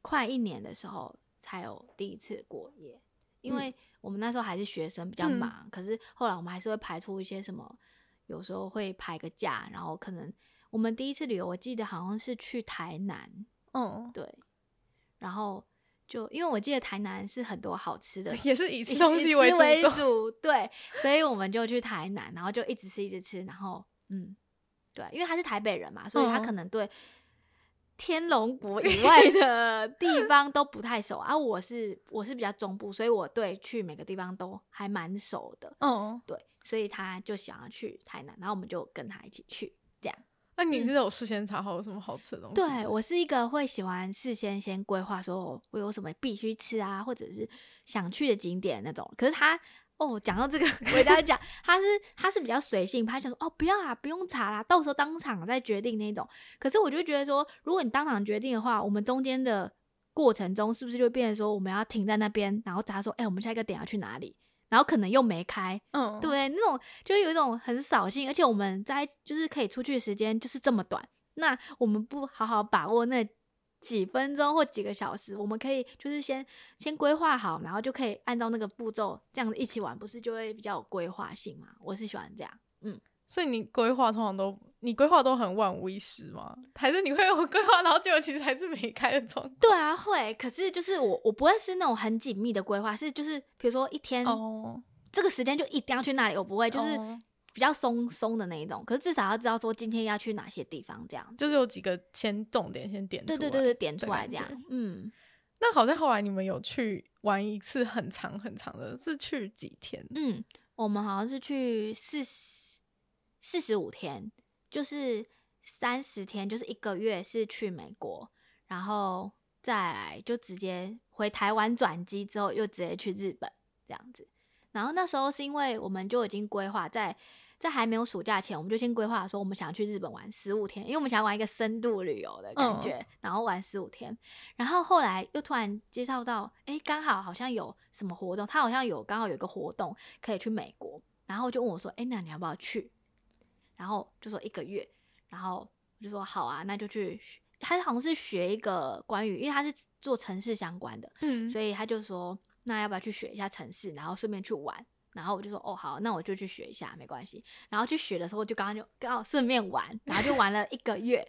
B: 快一年的时候才有第一次过夜，因为我们那时候还是学生，比较
A: 嗯
B: 忙。可是后来我们还是会排出一些什么，有时候会排个假，然后可能我们第一次旅游，我记得好像是去台南，
A: 嗯，，
B: 对，然后就因为我记得台南是很多好吃的
A: 也是以
B: 以
A: 吃东
B: 以
A: 西
B: 吃
A: 为
B: 为
A: 主轴。
B: 主，对，所以我们就去台南，然后就一直吃，一直吃，然后嗯，对，因为他是台北人嘛，所以他
A: 嗯
B: 可能对天龙国以外的 地方都不太熟啊。我是我是比较中部，所以我对去每个地方都还蛮熟的，
A: 嗯，
B: 对，所以他就想要去台南，然后我们就跟他一起去，这样。
A: 那你是有事先查好有什么好吃的东西？
B: 嗯对我是一个会喜欢事先先规划，说我有什么必须吃啊，或者是想去的景点那种。可是他哦，讲到这个， 我一定要讲，他是他是比较随性，他想说哦，不要啦，不用查啦，到时候当场再决定那种。可是我就觉得说，如果你当场决定的话，我们中间的过程中是不是就变成说我们要停在那边，然后查说，哎、我们下一个点要去哪里？然后可能又没开，
A: 嗯，
B: 对不对？那种就会有一种很扫兴，而且我们在就是可以出去的时间就是这么短，那我们不好好把握那几分钟或几个小时，我们可以就是先先规划好，然后就可以按照那个步骤这样子一起玩，不是就会比较有规划性嘛？我是喜欢这样，
A: 所以你规划通常都你规划都很万无一失吗？还是你会有规划，然后结果其实还是没开的状态？
B: 对啊，会。可是就是我我不会是那种很紧密的规划，是就是比如说一天、
A: 哦，
B: 这个时间就一定要去那里，我不会，就是
A: 哦
B: 比较松松的那一种。可是至少要知道说今天要去哪些地方这样。
A: 就是有几个先重点先点出
B: 对
A: 来。
B: 对对对，点
A: 的
B: 出来
A: 感
B: 这样
A: 觉。
B: 嗯，
A: 那好像后来你们有去玩一次很长很长的，是去几天？
B: 嗯，我们好像是去四十四十五天，就是三十天，就是一个月是去美国，然后再来就直接回台湾转机之后，又直接去日本这样子。然后那时候是因为我们就已经规划在在还没有暑假前，我们就先规划说我们想去日本玩十五天，因为我们想要玩一个深度旅游的感
A: 嗯
B: 觉，然后玩十五天。然后后来又突然介绍到，哎，刚好好像有什么活动，他好像有刚好有一个活动可以去美国，然后就问我说，哎，那你要不要去？然后就说一个月，然后我就说好啊，那就去学。他好像是学一个关于，因为他是做城市相关的，
A: 嗯
B: 所以他就说，那要不要去学一下城市，然后顺便去玩？然后我就说，哦，好，那我就去学一下，没关系。然后去学的时候，就刚刚就刚好顺便玩，然后就玩了一个月，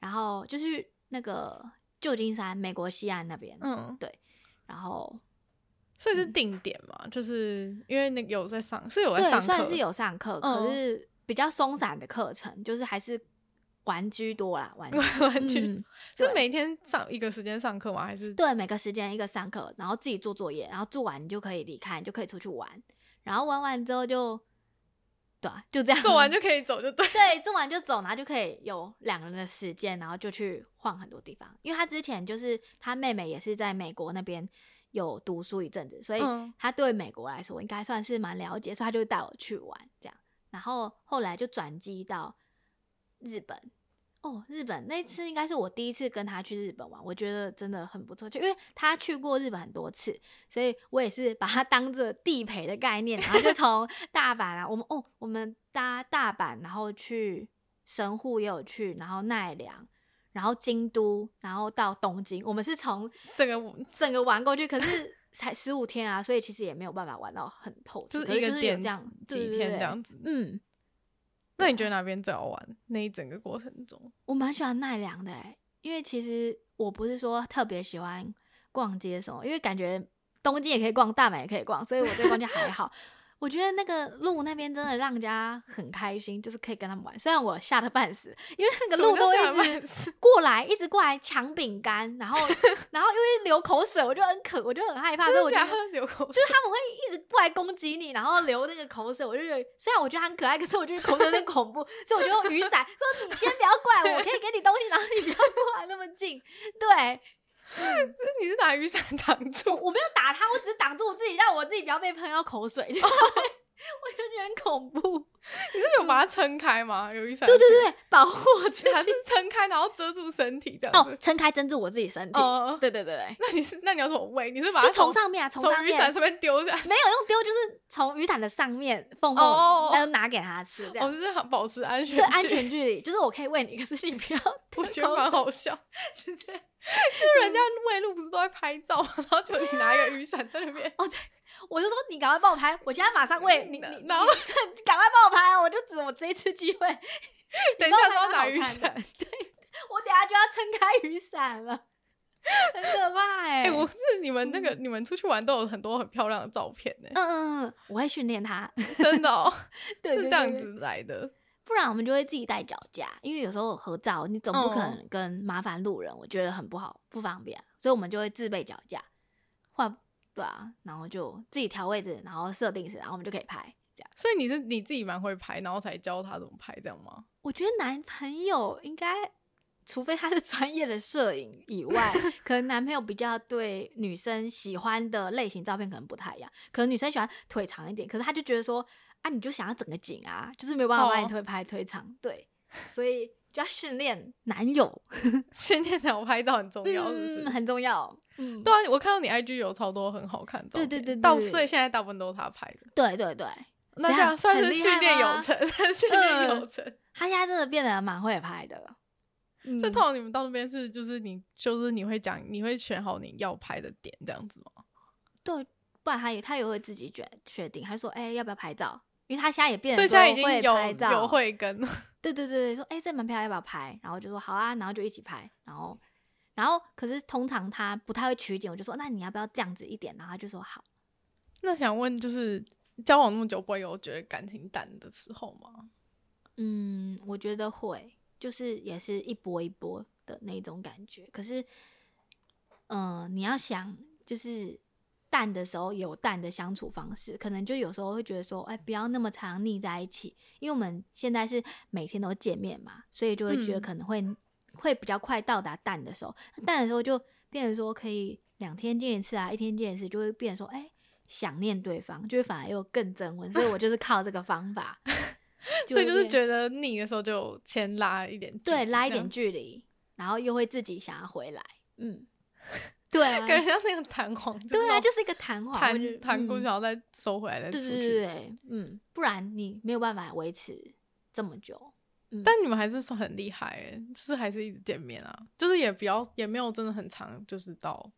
B: 然后就是那个旧金山，美国西岸那边，
A: 嗯，
B: 然后
A: 所以是定点嘛，就是因为那个有在上，是有在上
B: 嗯对，
A: 课，
B: 算是有上课，可
A: 嗯
B: 是比较松散的课程，就是还是玩居多啦，玩
A: 玩玩具，
B: 嗯
A: 是
B: 对
A: 每天上一个时间上课吗？还是
B: 对，每个时间一个上课，然后自己做作业，然后做完你就可以离开，你就可以出去玩，然后玩完之后就，对啊、就这样。
A: 做完就可以走就对
B: 对，做完就走，然后就可以有两个人的时间，然后就去晃很多地方。因为他之前就是他妹妹也是在美国那边有读书一阵子，所以
A: 嗯
B: 他对美国来说应该算是蛮了解，所以他就带我去玩这样。然后后来就转机到日本。哦，日本那次应该是我第一次跟他去日本玩，我觉得真的很不错，就因为他去过日本很多次，所以我也是把它当着地陪的概念，然后 就从大阪啊，我们哦，我们搭大阪，然后去神户也有去，然后奈良，然后京都，然后到东京，我们是从
A: 整个
B: 整个玩过去，可是才十五天啊，所以其实也没有办法玩到很透彻，
A: 就
B: 可
A: 一
B: 就
A: 个
B: 是有
A: 点
B: 这样
A: 几天这，样子。
B: 对啊对对嗯，
A: 那你觉得哪边最好玩？那一整个过程中，
B: 我蛮喜欢奈良的欸，因为其实我不是说特别喜欢逛街什么，因为感觉东京也可以逛，大阪也可以逛，所以我对逛街还好。 我觉得那个路那边真的让人家很开心，就是可以跟他们玩。虽然我吓得半死，因为那个
A: 什么
B: 路
A: 叫
B: 都
A: 吓得
B: 一
A: 半
B: 直过来，一直过来抢饼干，然后然后因为流口水，我就很渴，我就很害怕，所以我就啊
A: 真的假的 流口
B: 就
A: 水
B: 是。他们会一直过来攻击你，然后流那个口水，我就觉得虽然我觉得他很可爱，可是我觉得口水有点恐怖，所以我就用雨伞说你先不要过来，我可以给你东西，然后你不要过来那么近。对
A: 就是你是拿雨伞挡住，
B: 我没有打他，我只是挡住我自己，让我自己不要被喷到口水。 对我就觉得很恐怖，
A: 你是有把它撑开吗？有雨伞？
B: 对对对，保护我自
A: 你还是
B: 己。
A: 撑开，然后遮住身体这样
B: 哦
A: 子，。
B: 撑开遮住我自己身体。
A: 哦，
B: 对对对对，
A: 那你是那你要怎么喂？你是把它
B: 就从上面啊，从上
A: 从雨
B: 面
A: 伞上面丢下去，
B: 没有用丢，就是从雨伞的上面缝
A: 哦哦哦
B: 缝，然后拿给他吃，这
A: 我
B: 样
A: 们是保持安全，
B: 对安，全距离，就是我可以喂你，可是你不要
A: 我
B: 吞
A: 觉得
B: 口
A: 蛮
B: 水
A: 好笑。 就人家喂路不是都在拍照吗？然后就你拿一个雨伞在那边，
B: 哦，对，我就说你赶快帮我拍，我现在马上喂你，你你
A: 嗯然后
B: 这赶快帮我拍啊！我就指我这一次机会，
A: 等一
B: 啊你帮
A: 下
B: 我
A: 都
B: 拍
A: 要
B: 蛮好
A: 拿雨
B: 看的
A: 伞。，
B: 对，我等下就要撑开雨伞了，很可怕 哎、
A: 哎、我是你们那个、你们出去玩都有很多很漂亮的照片呢、
B: 嗯嗯嗯，我会训练它，
A: 真的哦，
B: 对
A: 是这样，
B: 对对对
A: 子来的。
B: 不然我们就会自己带脚架，因为有时候合照你总不可能跟麻烦路人，我觉得很不好不方便，所以我们就会自备脚架，换对啊，然后就自己调位置，然后设定时，然后我们就可以拍这样。
A: 所以你是你自己蛮会拍，然后才教他怎么拍，这样吗？
B: 我觉得男朋友应该，除非他是专业的摄影以 外，可能男朋友比较对女生喜欢的类型照片可能不太一样。可能女生喜欢腿长一点，可是他就觉得说啊，你就想要整个景啊，就是没有办法把你
A: 哦
B: 腿拍腿长。对，所以就要训练男友，
A: 训练我拍照很 重要，是不是？
B: 嗯，很重要。嗯，
A: 对啊，我看到你 IG 有超多很好看的照片，
B: 对对对对
A: 到
B: 对
A: 所以现在大部分都是他拍的，
B: 对对对，
A: 那
B: 怎
A: 这
B: 样
A: 样算
B: 很
A: 是
B: 厉
A: 训
B: 害
A: 练有
B: 吗
A: 成，训练有
B: 嗯
A: 成。
B: 他现在真的变得蛮会拍的。嗯
A: 所以通常你们到那边是就是你就是你会讲你会选好你要拍的点这样子吗？
B: 对，不然他也他也会自己决确定，他说哎、要不要拍照？因为他现在也变
A: 所
B: 得
A: 以
B: 说
A: 现在已经
B: 会拍
A: 有
B: 照，
A: 有慧根 了，
B: 对对对对，说哎、这门票要不要拍？然后就说好啊，然后就一起拍，然后然后可是通常他不太会取景，我就说那你要不要这样子一点？然后他就说好，
A: 那想问就是交往那么久，不会有觉得感情淡的时候吗？
B: 嗯，我觉得会，就是也是一波一波的那种感觉。可是，嗯、你要想就是。淡的时候有淡的相处方式，可能就有时候会觉得说，哎，不要那么常腻在一起，因为我们现在是每天都见面嘛，所以就会觉
A: 嗯
B: 得可能会、会比较快到达淡的时候，淡的时候就变成说可以两天见一次啊，一天见一次，就会变成说，哎、想念对方，就会反而又更增温，所以我就是靠这个方法，
A: 所以就是
B: 得
A: 觉得腻的时候就先拉一点距离，
B: 对拉一
A: 这样
B: 点距离，然后又会自己想要回来， 嗯，对啊，
A: 感觉像那个弹簧，
B: 对啊，就是是一个弹
A: 那种
B: 簧，我觉
A: 弹
B: 得
A: 弹过
B: 嗯
A: 去，然后再收回来再出
B: 对
A: 去。
B: 对对对对，嗯，不然你没有办法维持这么久。嗯，
A: 但你们还是算很厉害、欸，就是还是一直见面啊，就是也比较也没有真的很长，就是到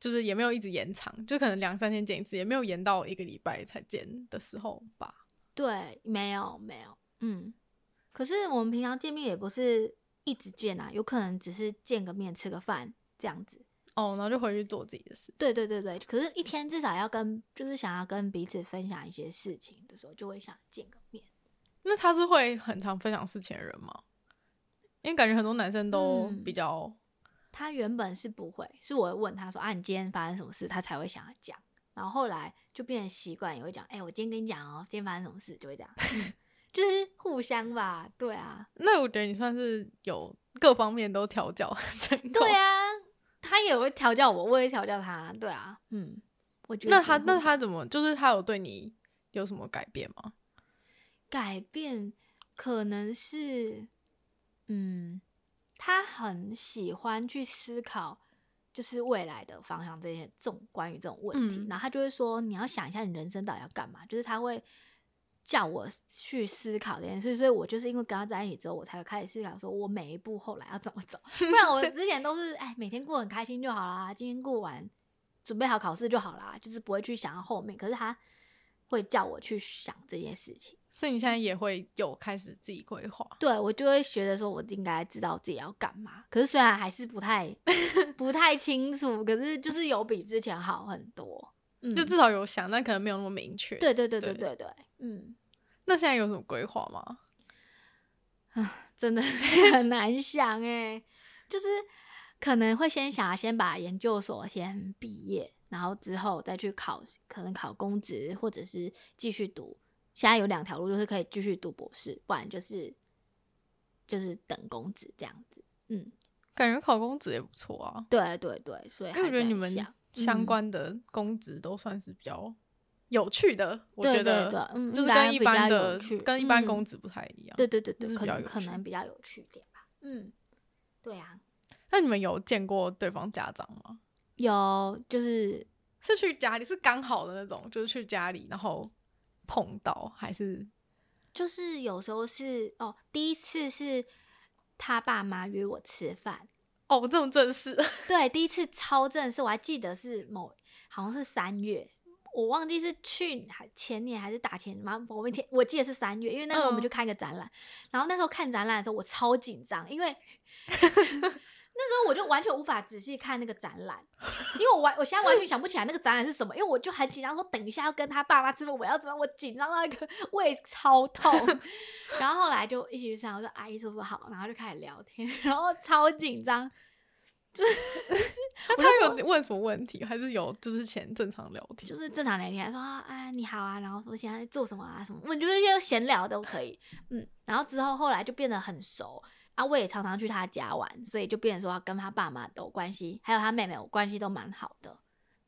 A: 就是也没有一直延长，就可能两三天见一次，也没有延到一个礼拜才见的时候吧。
B: 对，没有没有，嗯，可是我们平常见面也不是一直见啊，有可能只是见个面、吃个饭这样子。
A: 哦，然后就回去做自己的事。
B: 对对对对，可是一天至少要跟，就是想要跟彼此分享一些事情的时候，就会想见个面。
A: 那他是会很常分享事情的人吗？因为感觉很多男生都
B: 嗯
A: 比较，
B: 他原本是不会，是我会问他说啊，你今天发生什么事，他才会想要讲。然后后来就变成习惯，也会讲，哎、我今天跟你讲哦，今天发生什么事，就会这样， 嗯就是互相吧，对啊，
A: 那我觉得你算是有各方面都调教 成功。
B: 对啊，他也会调教我，我也调教他，对啊，嗯，我觉得
A: 那他
B: 挺
A: 那
B: 好
A: 他怎么就是他有对你有什么改变吗？
B: 改变可能是，嗯，他很喜欢去思考，就是未来的方向这些这种关于这种问题，
A: 嗯
B: 然后他就会说你要想一下你人生到底要干嘛，就是他会叫我去思考这件事，所以我就是因为跟他在一起之后，我才会开始思考说我每一步后来要怎么走，不然我之前都是哎每天过得很开心就好啦，今天过完准备好考试就好啦，就是不会去想到后面，可是他会叫我去想这件事情。
A: 所以你现在也会有开始自己规划。
B: 对我就会学着说，我应该知道自己要干嘛。可是 虽然还是不太不太清楚，可是就是有比之前好很多。嗯
A: 就至少有想，但可能没有那么明确。，
B: 对对对对
A: 对
B: 对对，嗯，
A: 那现在有什么规划吗？
B: 真的 很难想哎，就是可能会先想要先把研究所先毕业，然后之后再去考，可能考公职或者是继续读。现在有两条路，就是可以继续读博士，不然就是就是等公职这样子。嗯，
A: 感觉考公职也不错啊，
B: 对对对，所以
A: 因
B: 还
A: 为我觉得
B: 在
A: 你们
B: 想嗯
A: 相关的公职都算是比较有趣的，我
B: 对
A: 觉得
B: 对对嗯
A: 就是
B: 应该
A: 跟一
B: 比较
A: 般
B: 有
A: 的
B: 趣
A: 跟一般
B: 嗯
A: 公职不太一样。
B: 对对对
A: 就
B: 对，
A: 是
B: 可
A: 比较
B: 能
A: 有
B: 可
A: 趣
B: 能比较有趣一点吧。嗯，对啊，
A: 那你们有见过对方家长吗？
B: 有就是
A: 是去家里是刚好的那种，就是去家里然后碰到，还是
B: 就是有时候是哦，第一次是他爸妈约我吃饭，
A: 哦这么正式？
B: 对，第一次超正式，我还记得是某好像是三月，我忘记是去还前年还是打前年，反正我那天我记得是三月，因为那时候我们
A: 嗯
B: 去看一个展览，然后那时候看展览的时候我超紧张，因为 那时候我就完全无法仔细看那个展览，因为我完我现在完全想不起来那个展览是什么，因为我就很紧张，说等一下要跟他爸妈吃饭，我要怎么样，我紧张到一个胃超痛。然后后来就一起去上，我说阿姨叔叔好，然后就开始聊天， 然后超紧张，
A: 那他有问什么问题？还是有就是前正常聊天？
B: 就是正常聊天，说啊啊你好啊，然后说现在在做什么啊什么，我觉得这些闲聊都可以，嗯，然后之后后来就变得很熟啊，我也常常去他家玩，所以就变成说跟他爸妈都关系，还有他妹妹我关系都蛮好的，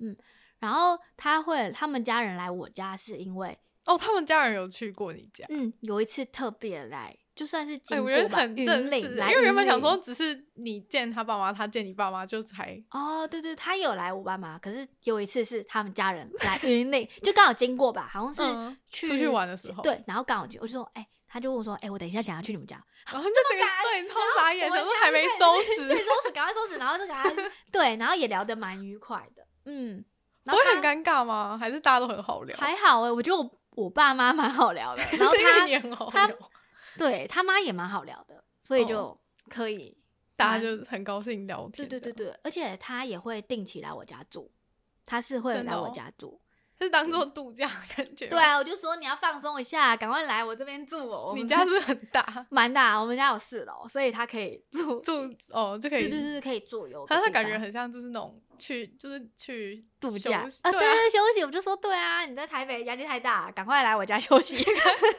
B: 嗯，然后他会他们家人来我家是因为，
A: 哦，他们家人有去过你家？
B: 嗯，有一次特别来，就算是
A: 哎、
B: 经
A: 我
B: 过
A: 觉得
B: 吧，
A: 很
B: 云
A: 正式，欸
B: 岭
A: 因
B: 来
A: 为原本
B: 云
A: 想说
B: 岭
A: 只是你见他爸妈，他见你爸妈，就才
B: 哦，对对，他有来我爸妈，可是有一次是他们家人来云林，就刚好经过吧，好像
A: 嗯
B: 是去、
A: 出去玩的时候
B: 对，然后刚好就我就说，哎、他就问我说，哎、我等一下想要去你们家，
A: 然后就整个对超傻眼，
B: 我
A: 想
B: 们
A: 说
B: 家
A: 还没
B: 就
A: 收
B: 开始对，
A: 拾，
B: 收拾，赶快收拾，然后就给他对，然后也聊得蛮愉快的，嗯，
A: 不
B: 然后
A: 会很
B: 他
A: 尴尬吗？还是大家都很好聊？
B: 还好哎、我觉得我我爸妈蛮好聊的，然后
A: 是因为
B: 他
A: 你很好
B: 他
A: 聊，
B: 对他妈也蛮好聊的，所以就
A: 哦
B: 可以，
A: 大
B: 蛮
A: 家就很高兴聊
B: 对
A: 天。
B: 对对，对，而且他也会定期来我家住，他是会
A: 真的
B: 来我
A: 哦
B: 家住。
A: 是当做度假的感觉。
B: 对，啊，我就说你要放松一下，赶快来我这边住哦。我
A: 你
B: 们
A: 家是不是很大，
B: 蛮大，我们家有四楼，所以他可以住。
A: 住哦就可以。
B: 对对对，可以住有个地
A: 但
B: 方。
A: 是他感觉很像就是那种去就是去
B: 度
A: 休
B: 假
A: 息
B: 啊，对
A: 对啊，
B: 对，休息。我就说对啊，你在台北压力太大，赶快来我家 休息。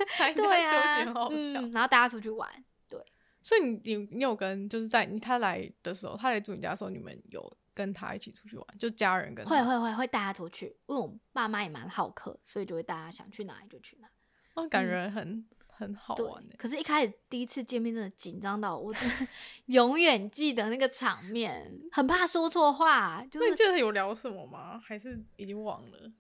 A: 才在
B: 对啊，
A: 休息很好笑。
B: 嗯，然后大家出去玩，
A: 所以你你你有跟就是在你他来的时候，他来住你家的时候，你们有跟他一起出去玩，就家人跟他
B: 会会会会带他出去，因为我爸妈也蛮好客，所以就会大家想去哪里就去哪里。
A: 哦，感觉很、很好
B: 嗯对
A: 玩欸，
B: 可是一开始第一次见面真的紧张到我真的 永远记得那个场面，很怕说错话，就
A: 那
B: 是
A: 你记得有聊什么吗？还是已经忘了？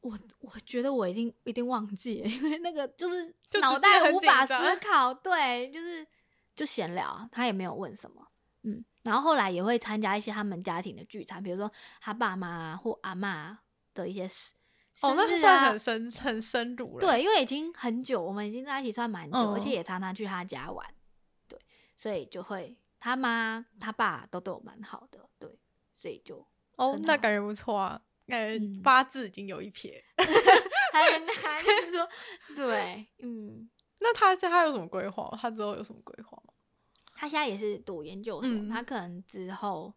B: 我我觉得我已经一定忘记 了，因为那个就是
A: 就
B: 脑
A: 直接
B: 袋
A: 很
B: 无
A: 紧
B: 法
A: 张啊
B: 思考，对，就是就闲聊，他也没有问什么，嗯，然后后来也会参加一些他们家庭的聚餐，比如说他爸妈啊或阿妈的一些事，
A: 哦，那
B: 生日
A: 算
B: 啊
A: 很深很深入了。，
B: 对，因为已经很久，我们已经在一起算蛮久，而且
A: 嗯
B: 也常常去他家玩，对，所以就会他妈他爸都对我蛮好的，对，所以就
A: 哦
B: 很，
A: 那
B: 好
A: 感觉不错啊，感觉
B: 嗯
A: 八字已经有一撇。
B: 很难 就是说，对，嗯，
A: 那他是他有什么规划吗？他之后有什么规划吗？
B: 他现在也是读研究所，
A: 嗯
B: 他可能之后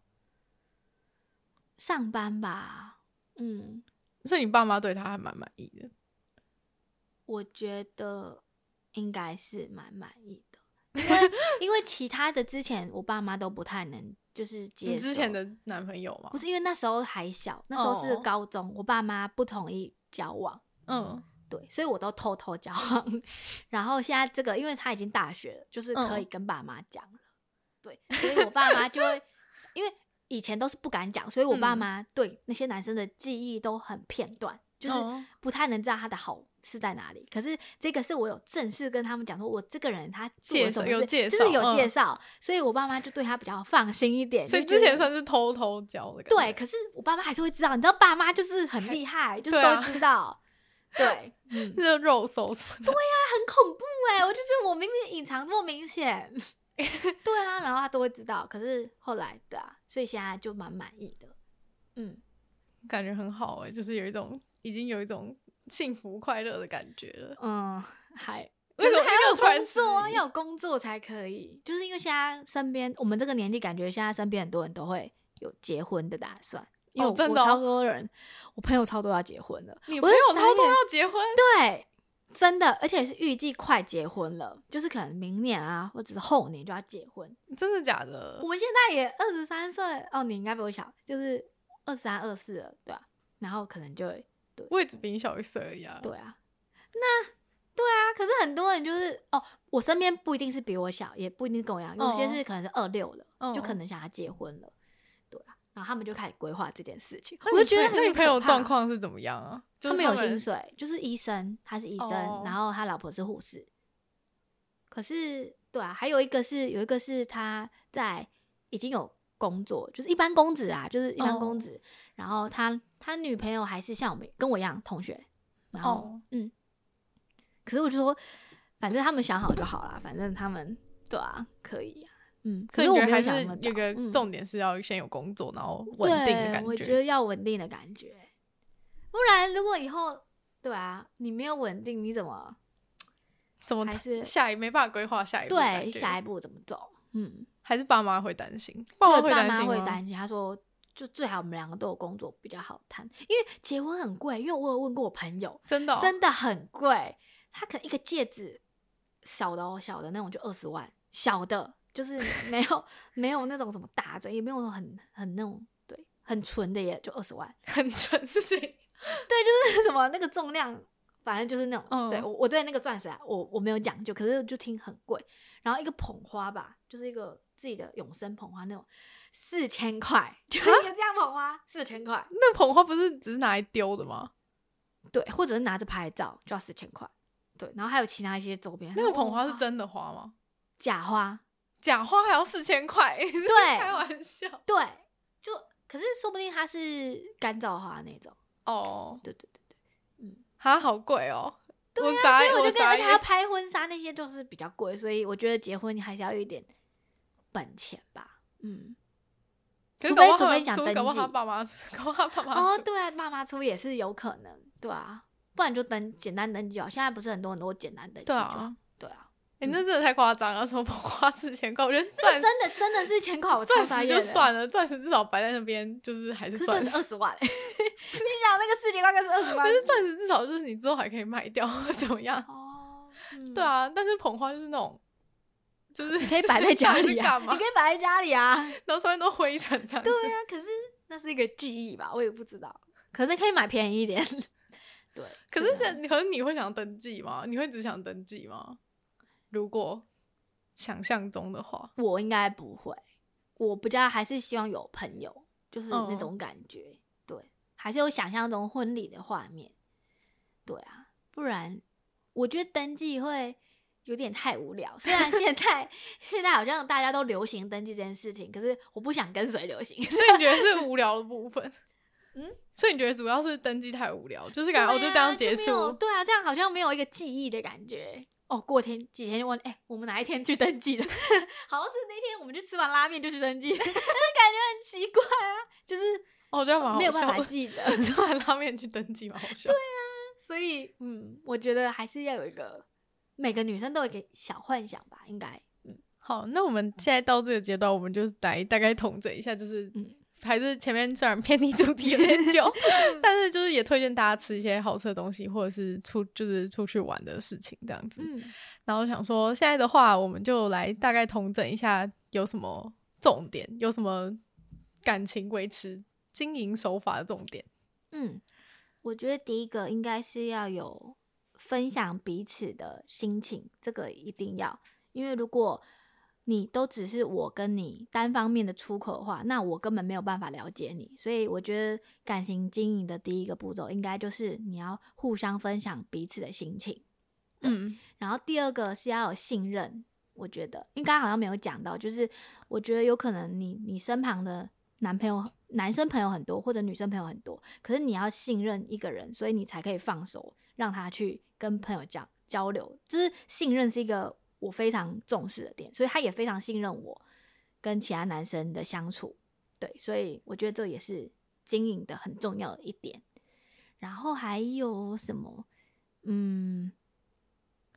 B: 上班吧，嗯，
A: 所以你爸妈对他还蛮满意的。
B: 我觉得应该是蛮满意的，因 为因为其他的之前我爸妈都不太能就是接
A: 你
B: 受
A: 之前的男朋友吗
B: 不？是因为那时候还小，那时候是
A: 哦
B: 高中我爸妈不同意交往，
A: 嗯，
B: 对，所以我都偷偷交往。 然后现在这个，因为他已经大学了，就是可
A: 嗯
B: 以跟爸妈讲了，对，所以我爸妈就会，因为以前都是不敢讲，所以我爸
A: 嗯
B: 妈对那些男生的记忆都很片段，就是
A: 哦
B: 不太能知道他的好。是在哪里？可是这个是我有正式跟他们讲，说我这个人他做
A: 介
B: 了什
A: 绍
B: 么
A: 有
B: 事，
A: 介
B: 就是有
A: 绍
B: 介
A: 嗯
B: 绍，所以我爸妈就对他比较放心一点。
A: 所以
B: 就觉
A: 之前
B: 得
A: 算是偷偷教的感觉。
B: 对，可是我爸妈还是会知道，你知道，爸妈就是很厉害，就是
A: 对
B: 都
A: 啊
B: 会 知道。对，嗯，
A: 这就肉搜什么的。
B: 很恐怖哎、我就觉得我明明隐藏这么 明显。对啊，然后他都会知道，可是后来对啊，所以现在就蛮满意的。嗯，
A: 感觉很好哎、就是有一种已经有一种幸福快乐的感觉了。
B: 嗯，还
A: 为什么
B: 可是
A: 一定
B: 还要
A: 要
B: 有
A: 突然
B: 工作啊？
A: 失忆
B: 要有工作才可以，就是因为现在身边我们这个年纪，感觉现在身边很多人都会有结婚的打算。因为
A: 哦
B: 我,、
A: 真的
B: 我
A: 哦
B: 超多人，我朋友超多要结婚了，
A: 你
B: 我
A: 朋
B: 是
A: 友
B: 三
A: 超多啊
B: 月
A: 要结婚，
B: 对，真的，而且是预计快结婚了，就是可能明年啊，或者是后年就要结婚。
A: 真的假的
B: 我？们现在也二十三岁哦，你应该比我小，就是二三、二四了，对吧、然后可能就会
A: 我也只比你小一岁而已啊。
B: 对啊，那对啊，可是很多人就是哦，我身边不一定是比我小，也不一定跟我一样，有些
A: 哦
B: 是可能是二六了，就可
A: 嗯
B: 能想要结婚了，对啊，然后他们就开始规划这件事情，
A: 那
B: 我
A: 你
B: 就觉得
A: 朋那你
B: 很
A: 朋友
B: 可怕
A: 状。况是怎么样啊？就
B: 他
A: 是
B: 们有薪
A: 们
B: 水，就是医生，他是医生，
A: 哦
B: 然后他老婆是护士。可是，对啊，还有一个是有一个是他在已经有工作，就是一般公职啊，就是一般公
A: 哦
B: 职。然后他他女朋友还是像我们跟我一样同学，然后、
A: 哦
B: 嗯，可是我就说，反正他们想好就好啦，反正他们对啊，可以啊，嗯。
A: 所
B: 可
A: 以
B: 是
A: 你觉
B: 我没
A: 得还
B: 有想那么
A: 是有
B: 早
A: 个
B: 嗯
A: 重点是要先有工作，然后稳定的
B: 对
A: 感
B: 我觉
A: 觉。
B: 得要稳定的感觉，不然如果以后对啊，你没有稳定，你怎么
A: 怎么
B: 还是
A: 下一没办法规划下一步的感
B: 对
A: 觉？
B: 下一步怎么走？嗯，
A: 还是爸妈会担心，妈
B: 对，
A: 会
B: 爸
A: 担
B: 妈
A: 心
B: 会
A: 吗
B: 担心，他说就最好我们两个都有工作比较好谈，因为结婚很贵，因为我有问过我朋友，
A: 真的哦
B: 真的很贵，他可能一个戒指小的哦，小的那种就二十万，小的就是没 有没有那种什么大的，也没有那种很很那种对很纯的也就二十万。
A: 很蠢是谁？
B: 对，就是什么那个重量，反正就是那种。
A: 嗯
B: 对我我对那个钻石啊，我我没有讲究，可是就听很贵。然后一个捧花吧，就是一个自己的永生捧花那种，四千块，就是一个这样捧花四千块。
A: 那捧花不是只是拿来丢的吗？
B: 对，或者是拿着拍照就要四千块。对，然后还有其他一些周边。
A: 那个捧花
B: 哦
A: 是真的花吗？
B: 假花，
A: 假花还要四千 块？你是在
B: 对
A: 开玩笑
B: 对，就可是说不定它是干燥花那种。
A: 哦，
B: 对对对对，嗯。
A: 哈，好贵哦！
B: 对
A: 我
B: 啊，
A: 傻
B: 所以
A: 眼，
B: 我就跟，
A: 傻
B: 而且还要
A: 眼。
B: 拍婚纱那些就是比较贵，所以我觉得结婚你还是要有一点本钱吧。嗯，
A: 可是
B: 除
A: 搞不
B: 非
A: 好
B: 除
A: 他
B: 非
A: 们
B: 讲
A: 除
B: 登
A: 搞不好
B: 记
A: 他爸妈出，搞不好他爸妈
B: 哦，
A: 出
B: 对啊，爸妈出也是有可能，对啊，不然就登简单登记就好。现在不是很多很多简单登记就
A: 对
B: 好
A: 啊，，
B: 对啊，
A: 哎，
B: 嗯
A: 那真的太夸张了，什么捧花四千块？我觉得
B: 这
A: 钻
B: 真的真的是钱款，我超
A: 钻
B: 傻
A: 石
B: 眼
A: 就
B: 的。
A: 算了，钻石至少摆在那边，就是还是
B: 可是
A: 钻
B: 钻
A: 石
B: 石。二十万、 欸，你想那个四千块跟是二十万
A: 但，是钻石至少就是你之后还可以卖掉，怎么样？
B: 哦，
A: 对
B: 嗯，
A: 啊，但是捧花就是那种，就是
B: 你可以摆在家
A: 到底
B: 里
A: 是
B: 啊，
A: 干
B: 你
A: 嘛
B: 可？以摆在家里 啊，
A: 然后上面都灰尘这样子。
B: 对啊，可是那是一个记忆吧，我也不知道，可能可以买便宜一点。 对，啊
A: 可
B: 真
A: 是
B: 的
A: 现，可是你会想登记吗？你会只想登记吗？如果想象中的话，
B: 我应该不会，我比较还是希望有朋友，就是那
A: 嗯
B: 种感觉，对，还是有想象中婚礼的画面，对啊，不然我觉得登记会有点太无聊。虽然现在 现在好像大家都流行登记这件事情，可是我不想跟随流行。
A: 所以你觉得是无聊的部分？
B: 嗯，
A: 所以你觉得主要是登记太无聊，就是感觉哦，就
B: 对啊
A: 这样
B: 没
A: 结束。
B: 有对啊，这样好像没有一个记忆的感觉。哦，过天几天就问，哎、我们哪一天去登记的？ 好像是那天我们去吃完拉面就去登记，但 是感觉很奇怪啊，就是
A: 哦，这样蛮好
B: 没有办
A: 笑
B: 法
A: 的。
B: 记得。 啊
A: 吃完拉面去登记，蛮好笑。对，
B: 所以，嗯，我觉得还是要有一个每个女生都有一个小幻想吧，应该，嗯，
A: 好，那我们现在到这个阶段，我们就来大概统整一下，就是、
B: 嗯
A: 还是前面虽然偏离主题有点 久，
B: 嗯
A: 但是就是也推荐大家吃一些好吃的东西，或者是出就是出去玩的事情这样子。
B: 嗯，
A: 然后想说，现在的话，我们就来大概统整一下有什么重点，有什么感情维持经营手法的重点。
B: 嗯，我觉得第一个应该是要有分享彼此的心情，这个一定要，因为如果你都只是我跟你单方面的出口的话，那我根本没有办法了解你。所以我觉得感情经营的第一个步骤，应该就是你要互相分享彼此的心情。
A: 嗯，
B: 然后第二个是要有信任，我觉得应该好像没有讲到，就是我觉得有可能你你身旁的男朋友、男生朋友很多，或者女生朋友很多，可是你要信任一个人，所以你才可以放手让他去跟朋友讲交流，就是信任是一个我非常重视的点，所以他也非常信任我跟其他男生的相处，对，所以我觉得这也是经营的很重要的一点。然后还有什么？嗯，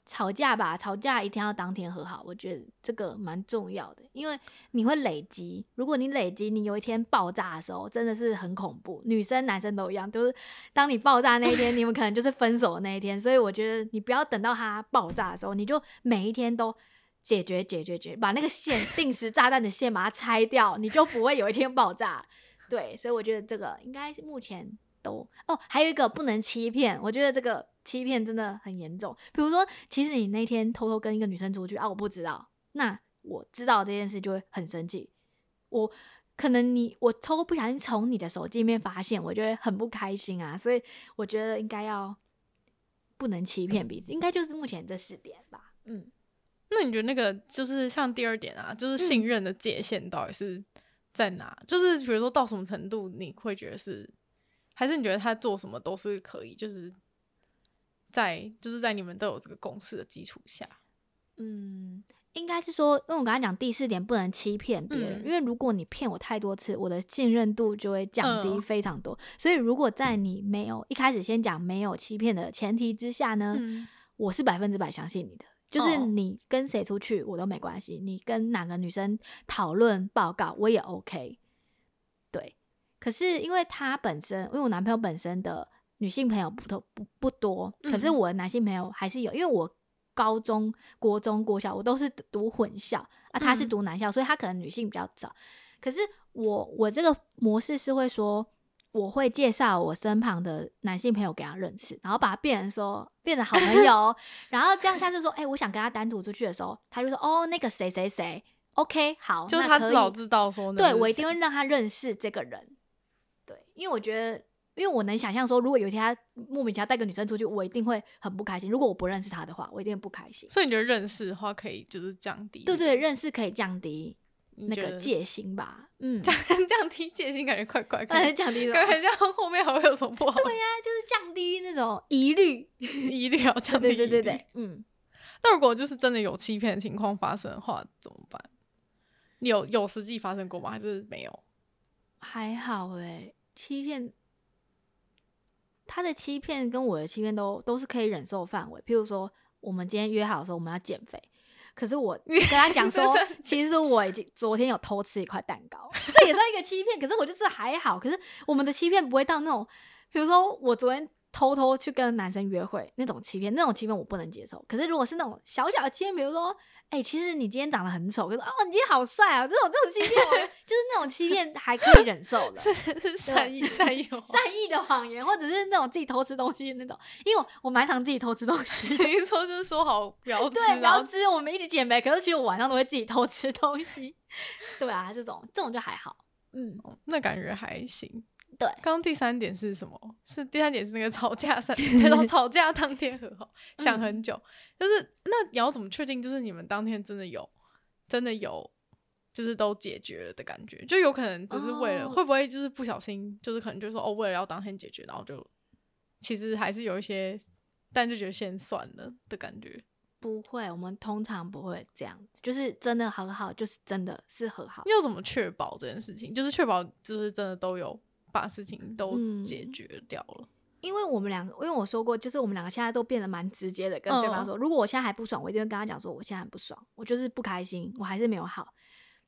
B: 吵架吧，吵架一定要当天和好，我觉得这个蛮重要的，因为你会累积。如果你累积，你有一天爆炸的时候，真的是很恐怖。女生男生都一样，就是当你爆炸那一天，你们可能就是分手的那一天。所以我觉得你不要等到它爆炸的时候，你就每一天都。解决解决解决，把那个线定时炸弹的线把它拆掉，你就不会有一天爆炸。对，所以我觉得这个应该是目前都哦，还有一个不能欺骗，我觉得这个欺骗真的很严重。比如说，其实你那天偷偷跟一个女生出去啊，我不知道，那我知道这件事就会很生气。我可能你我偷不小心从你的手机里面发现，我就会很不开心啊。所以我觉得应该要不能欺骗彼此，应该就是目前这四点吧。嗯，
A: 那你觉得那个就是像第二点啊，就是信任的界限到底是在哪？就是比如说到什么程度你会觉得是，还是你觉得他做什么都是可以，就是在就是在你们都有这个共识的基础下，
B: 嗯，应该是说，因为我刚才讲第四点不能欺骗别人，
A: 嗯
B: 因为如果你骗我太多次，我的信任度就会降低
A: 嗯
B: 非常多。所以如果在你没有一开始先讲没有欺骗的前提之下呢，
A: 嗯
B: 我是百分之百相信你的。就是
A: 哦
B: 你跟谁出去我都没关系，你跟哪个女生讨论报告我也 OK。对，可是因为他本身，因为我男朋友本身的女性朋友不多不不多，可是
A: 嗯
B: 我的男性朋友还是有，因为我高中、国中、国小我都是读读混校啊，他是
A: 嗯
B: 读男校，所以他可能女性比较少。可是我我这个模式是会说，我会介绍我身旁的男性朋友给他认识，然后把他变成说变得好朋 友，哦然后这样下次说，哎、我想跟他单独出去的时候，他就说，哦，那个谁谁谁，OK，好，
A: 就是
B: 哦
A: 他
B: 那可
A: 至少
B: 以
A: 知道说那
B: 对
A: 是
B: 我一
A: 谁
B: 定会让他认识这个人。对，因为我觉得，因为我能想象说，如果有一天他莫名其妙带个女生出去，我一定会很不开心。如果我不认识他的话，我一定不开心。
A: 所以你觉得认识的话可以就是降低，
B: 对对，认识可以降低
A: 你
B: 那
A: 觉
B: 个
A: 得
B: 戒心吧。 嗯，
A: 降低界限感觉怪怪，
B: 呃，
A: 感觉
B: 降低了，
A: 感觉
B: 对呀、
A: 像后面还会有什么不好的
B: 就是降低那种疑虑。
A: 疑虑要降低疑
B: 对
A: 虑。
B: 对对对，嗯，
A: 那如果就是真的有欺骗的情况发生的话，怎么办？你有有实际发生过吗？还是没有？
B: 还好诶、欺骗。他的欺骗跟我的欺骗都都是可以忍受范围。譬如说，我们今天约好说我们要减肥，可是我跟他讲说
A: 真的，
B: 其实我已经昨天有偷吃一块蛋糕，这也算一个欺骗。可是我就是还好，可是我们的欺骗不会到那种，比如说我昨天偷偷去跟男生约会那种欺骗，那种欺骗我不能接受。可是如果是那种小小的欺骗，比如说，哎、其实你今天长得很丑，可是哦，你今天好帅啊，这种这种欺 骗我，就是那种欺骗还可以忍受 的。
A: 是 善意善意的话，，
B: 善意的谎言，或者是那种自己偷吃东西的那种，因为我我蛮常自己 偷吃东西
A: 你说就是说好不要吃，
B: 对，不
A: 然
B: 要
A: 后
B: 吃，啊我们一起减肥，可是其实我晚上都会自己偷吃东西， 对啊，这种这种就还好，嗯，
A: 那感觉还行。
B: 对
A: 刚刚第三点是什么？是第三点是那个吵架 三，对到吵架当天和好，想很
B: 嗯
A: 久，就是那你要怎么确定？就是你们当天真的有，真的有，就是都解决了的感觉，就有可能只是为了、
B: 哦
A: 会不会就是不小心，就是可能就说哦，为了要当天解决，然后就其实还是有一些，但就觉得先算了的感觉，
B: 不会，我们通常不会这样子，就是真的和好，就是真的是和好
A: 你，要怎么确保这件事情？就是确保就是真的都有把事情都
B: 嗯
A: 解决掉了。
B: 因为我们两个，因为我说过，就是我们两个现在都变得蛮直接的，跟对方
A: 嗯
B: 说，如果我现在还不爽，我一定会跟他讲说，我现在很不爽，我就是不开心，我还是没有好。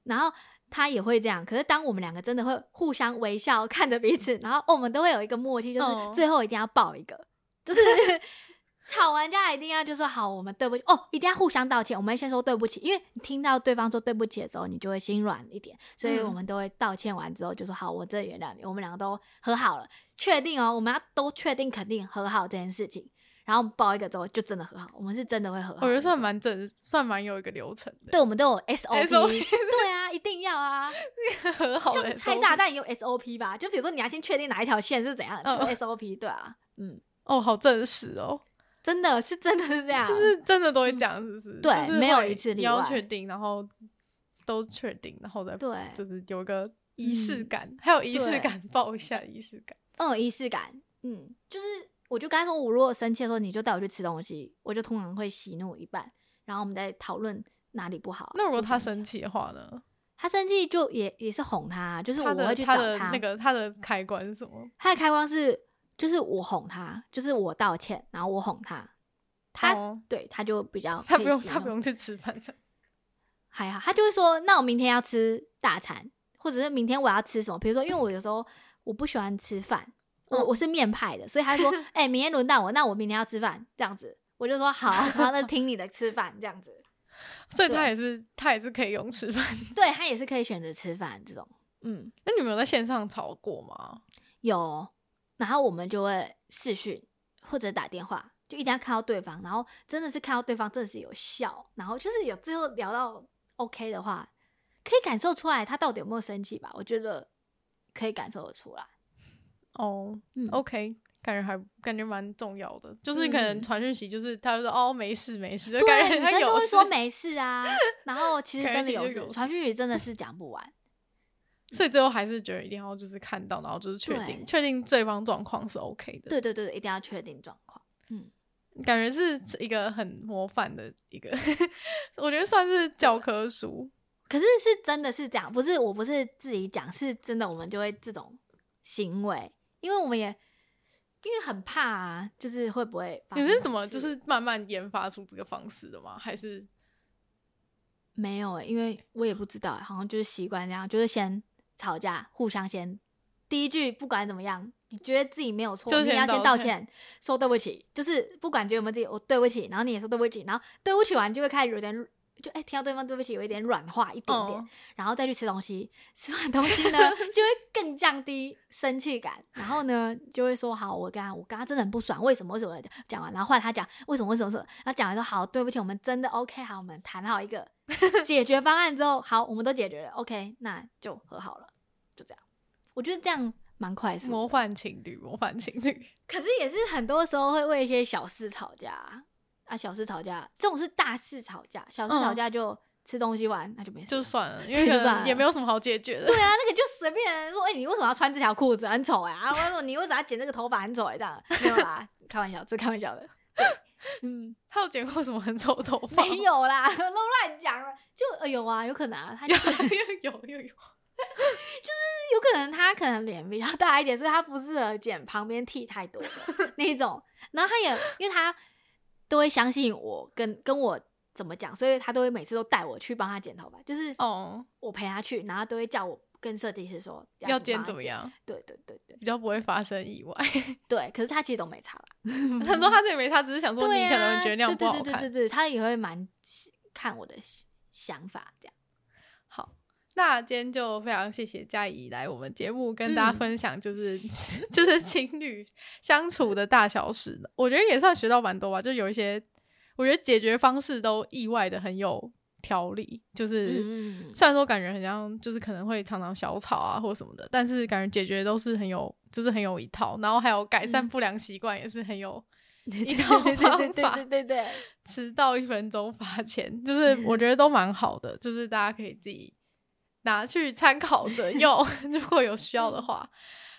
B: 然后他也会这样，可是当我们两个真的会互相微笑看着彼此，然后、哦我们都会有一个默契，就是
A: 嗯
B: 最后一定要抱一个，就是 吵完架一定要就说好，我们对不起哦，一定要互相道歉，我们会先说对不起，因为你听到对方说对不起的时候，你就会心软一点，所以
A: 嗯
B: 我们都会道歉完之后就说好，我真的原谅你，我们两个都和好了，确定哦，我们要都确定肯定和好这件事情。然后我们抱一个之后就真的和好，我们是真的会和好
A: 我
B: 那种。
A: 觉得算蛮正，算蛮有一个流程的，
B: 对，我们 都有 SOP，,
A: SOP
B: 对啊，一定要啊，
A: 对，很 好
B: 就
A: 的
B: 拆
A: SOP
B: 炸弹也有 SOP 吧？就比如说你要先确定哪一条线是怎样，就
A: 嗯
B: SOP，对啊，嗯，
A: 哦，好正式哦，
B: 真的是真的是这样，嗯
A: 就是真的都会讲，是不是？
B: 啊对
A: 就是会
B: 没有一次例
A: 你要
B: 外
A: 确定，然后都确定，然后再
B: 对
A: 就是有一个仪式
B: 嗯
A: 感，还有仪式
B: 对
A: 感，报一下仪式感。
B: 嗯有仪式感，嗯，就是我就刚才说，我如果生气的时候，你就带我去吃东西，我就通常会喜怒一半，然后我们再讨论哪里不好。
A: 那如果
B: 或
A: 他
B: 怎么
A: 生
B: 讲，
A: 气的话呢？
B: 他生气就也也是哄他，就是我
A: 他的
B: 会去找
A: 他的
B: 他
A: 那个他的开关是什么？
B: 他的开关是，就是我哄他，就是我道歉，然后我哄他，他、
A: 哦
B: 对他就比较
A: 他
B: 可以
A: 不用
B: 形
A: 他不
B: 容
A: 用去吃饭这样
B: 还好，他就会说，那我明天要吃大餐，或者是明天我要吃什么？比如说，因为我有时候我不喜欢吃饭，我、
A: 嗯
B: 我是面派的，所以 他说，哎、明天轮到我，那我明天要吃饭，这样子，我就说好，然后 就听你的吃饭这样子，
A: 所以他
B: 对
A: 也是他也是可以用吃饭。
B: 对他也是可以选择吃饭这种，嗯，
A: 那你们有在线上吵过吗？
B: 有，然后我们就会视讯或者打电话，就一定要看到对方，然后真的是看到对方真的是有笑，然后就是有最后聊到 OK 的话，可以感受出来他到底有没有生气吧？我觉得可以感受得出来。
A: 哦、
B: 嗯
A: o k 感觉还感觉蛮重要的，就是可能
B: 嗯
A: 传讯息，就是他就说哦没事没事，就感觉
B: 对，
A: 很
B: 女
A: 像
B: 生
A: 有
B: 都会
A: 事
B: 说没事啊，然后其实
A: 感
B: 真
A: 觉
B: 的有
A: 其实有
B: 事，
A: 事
B: 传讯语真的是讲不完。
A: 所以最后还是觉得一定要就是看到，然后就是确定
B: 对
A: 确定对方状况是 OK 的。
B: 对对对，对一定要确定状况。
A: 感觉是一个很模范的一个， 我觉得算是教科书。
B: 可是是真的是这样，不是我不是自己讲，是真的我们就会这种行为，因为我们也因为很怕啊，就是会不会发
A: 你
B: 生
A: 们
B: 什
A: 是怎么就
B: 事
A: 是慢慢研发出这个方式的吗？还是
B: 没有、欸？因为我也不知道欸、好像就是习惯这样，就是先吵架，互相先第一句不管怎么样，你觉得自己没有错，
A: 就
B: 你
A: 先
B: 也要先
A: 道
B: 道
A: 歉
B: 歉，说对不起，就是不管觉得我们自己我对不起，然后你也说对不起，然后对不起完就会开始有点就哎、听到对方对不起有一点软化一点点，
A: 嗯
B: 然后再去吃东西，吃完东西呢就会更降低生气感，然后呢就会说好，我跟他我跟他真的很不爽，为什么为什么讲完，然后换他讲为什么为什么为什么，然后讲完说好，对不起，我们真的 OK，好，我们谈好一 个解决方案之后，好，我们都解决了，OK，那就和好了，就这样，我觉得这样蛮快速的，
A: 模范情侣？模范情 侣，
B: 可是也是很多时候会为一些小事吵架啊，啊小事吵架这种是大事吵架，小事吵架就吃东西玩，那嗯就没事
A: 就
B: 了。
A: 算了，因
B: 对
A: 为
B: 就
A: 可
B: 算
A: 能
B: 了
A: 也没有什么好解决的。
B: 对啊，那个就随便说，哎、你为什么要穿这条裤子？很丑哎、啊！我说你为什么要剪这个头发？很丑哎、这样没 有啦，开玩笑，这开玩笑的。对 嗯，
A: 他有剪过什么很丑的头发？
B: 没，有啦，都乱讲了。就、呃、有啊，有可能啊，他就
A: 有
B: 是
A: 有 有有。
B: 有可能他可能脸比较大一点，所以他不适合剪旁边剃太多的那一种。然后他也因为他都会相信我跟跟我怎么讲，所以他都会每次都带我去帮他剪头发，就是
A: 哦，
B: 我陪他去，然后都会叫我跟设计师说
A: 要
B: 剪
A: 剪怎么？样，
B: 对对对对
A: 比较不会发生意 外。
B: 对，可是他其实都没差啦。
A: 他说他这也没差，只是想说
B: 对
A: 你可能
B: 啊
A: 觉得那样不
B: 对
A: 好
B: 对对对
A: 看
B: 对。对，他也会蛮看我的想法这样。
A: 好，那今天就非常谢谢嘉怡来我们节目跟大家
B: 嗯
A: 分享，就是 就是情侣相处的大小事呢，我觉得也算学到蛮多吧。就有一些，我觉得解决方式都意外的很有条理，就是。
B: 嗯嗯嗯
A: 虽然说感觉很像，就是可能会常常小吵啊或什么的，但是感觉解决都是很有，就是很有一套，然后还有改善
B: 嗯
A: 不良习惯也是很有
B: 对
A: 一
B: 对
A: 套
B: 对
A: 方
B: 对对
A: 法
B: 对对对对，
A: 迟到一分钟罚钱，就是我觉得都蛮好的，就是大家可以自己拿去参考着 用，如果有需要的话。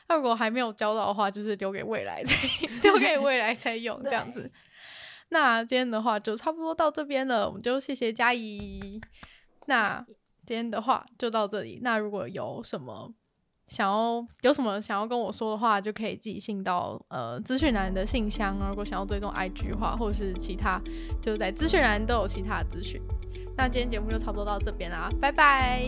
A: 那如果还没有教到的话，就是留给未来再 留给未来再用这样子
B: 对。
A: 那今天的话就差不多到这边了，我们就谢谢佳怡。那今天的话就到这里。那如果有什么想要有什么想要跟我说的话，就可以寄信到呃资讯栏的信箱啊。如果想要追踪 IG 的话，或者是其他，就是在资讯栏都有其他的资讯。那今天节目就差不多到这边啦，拜拜。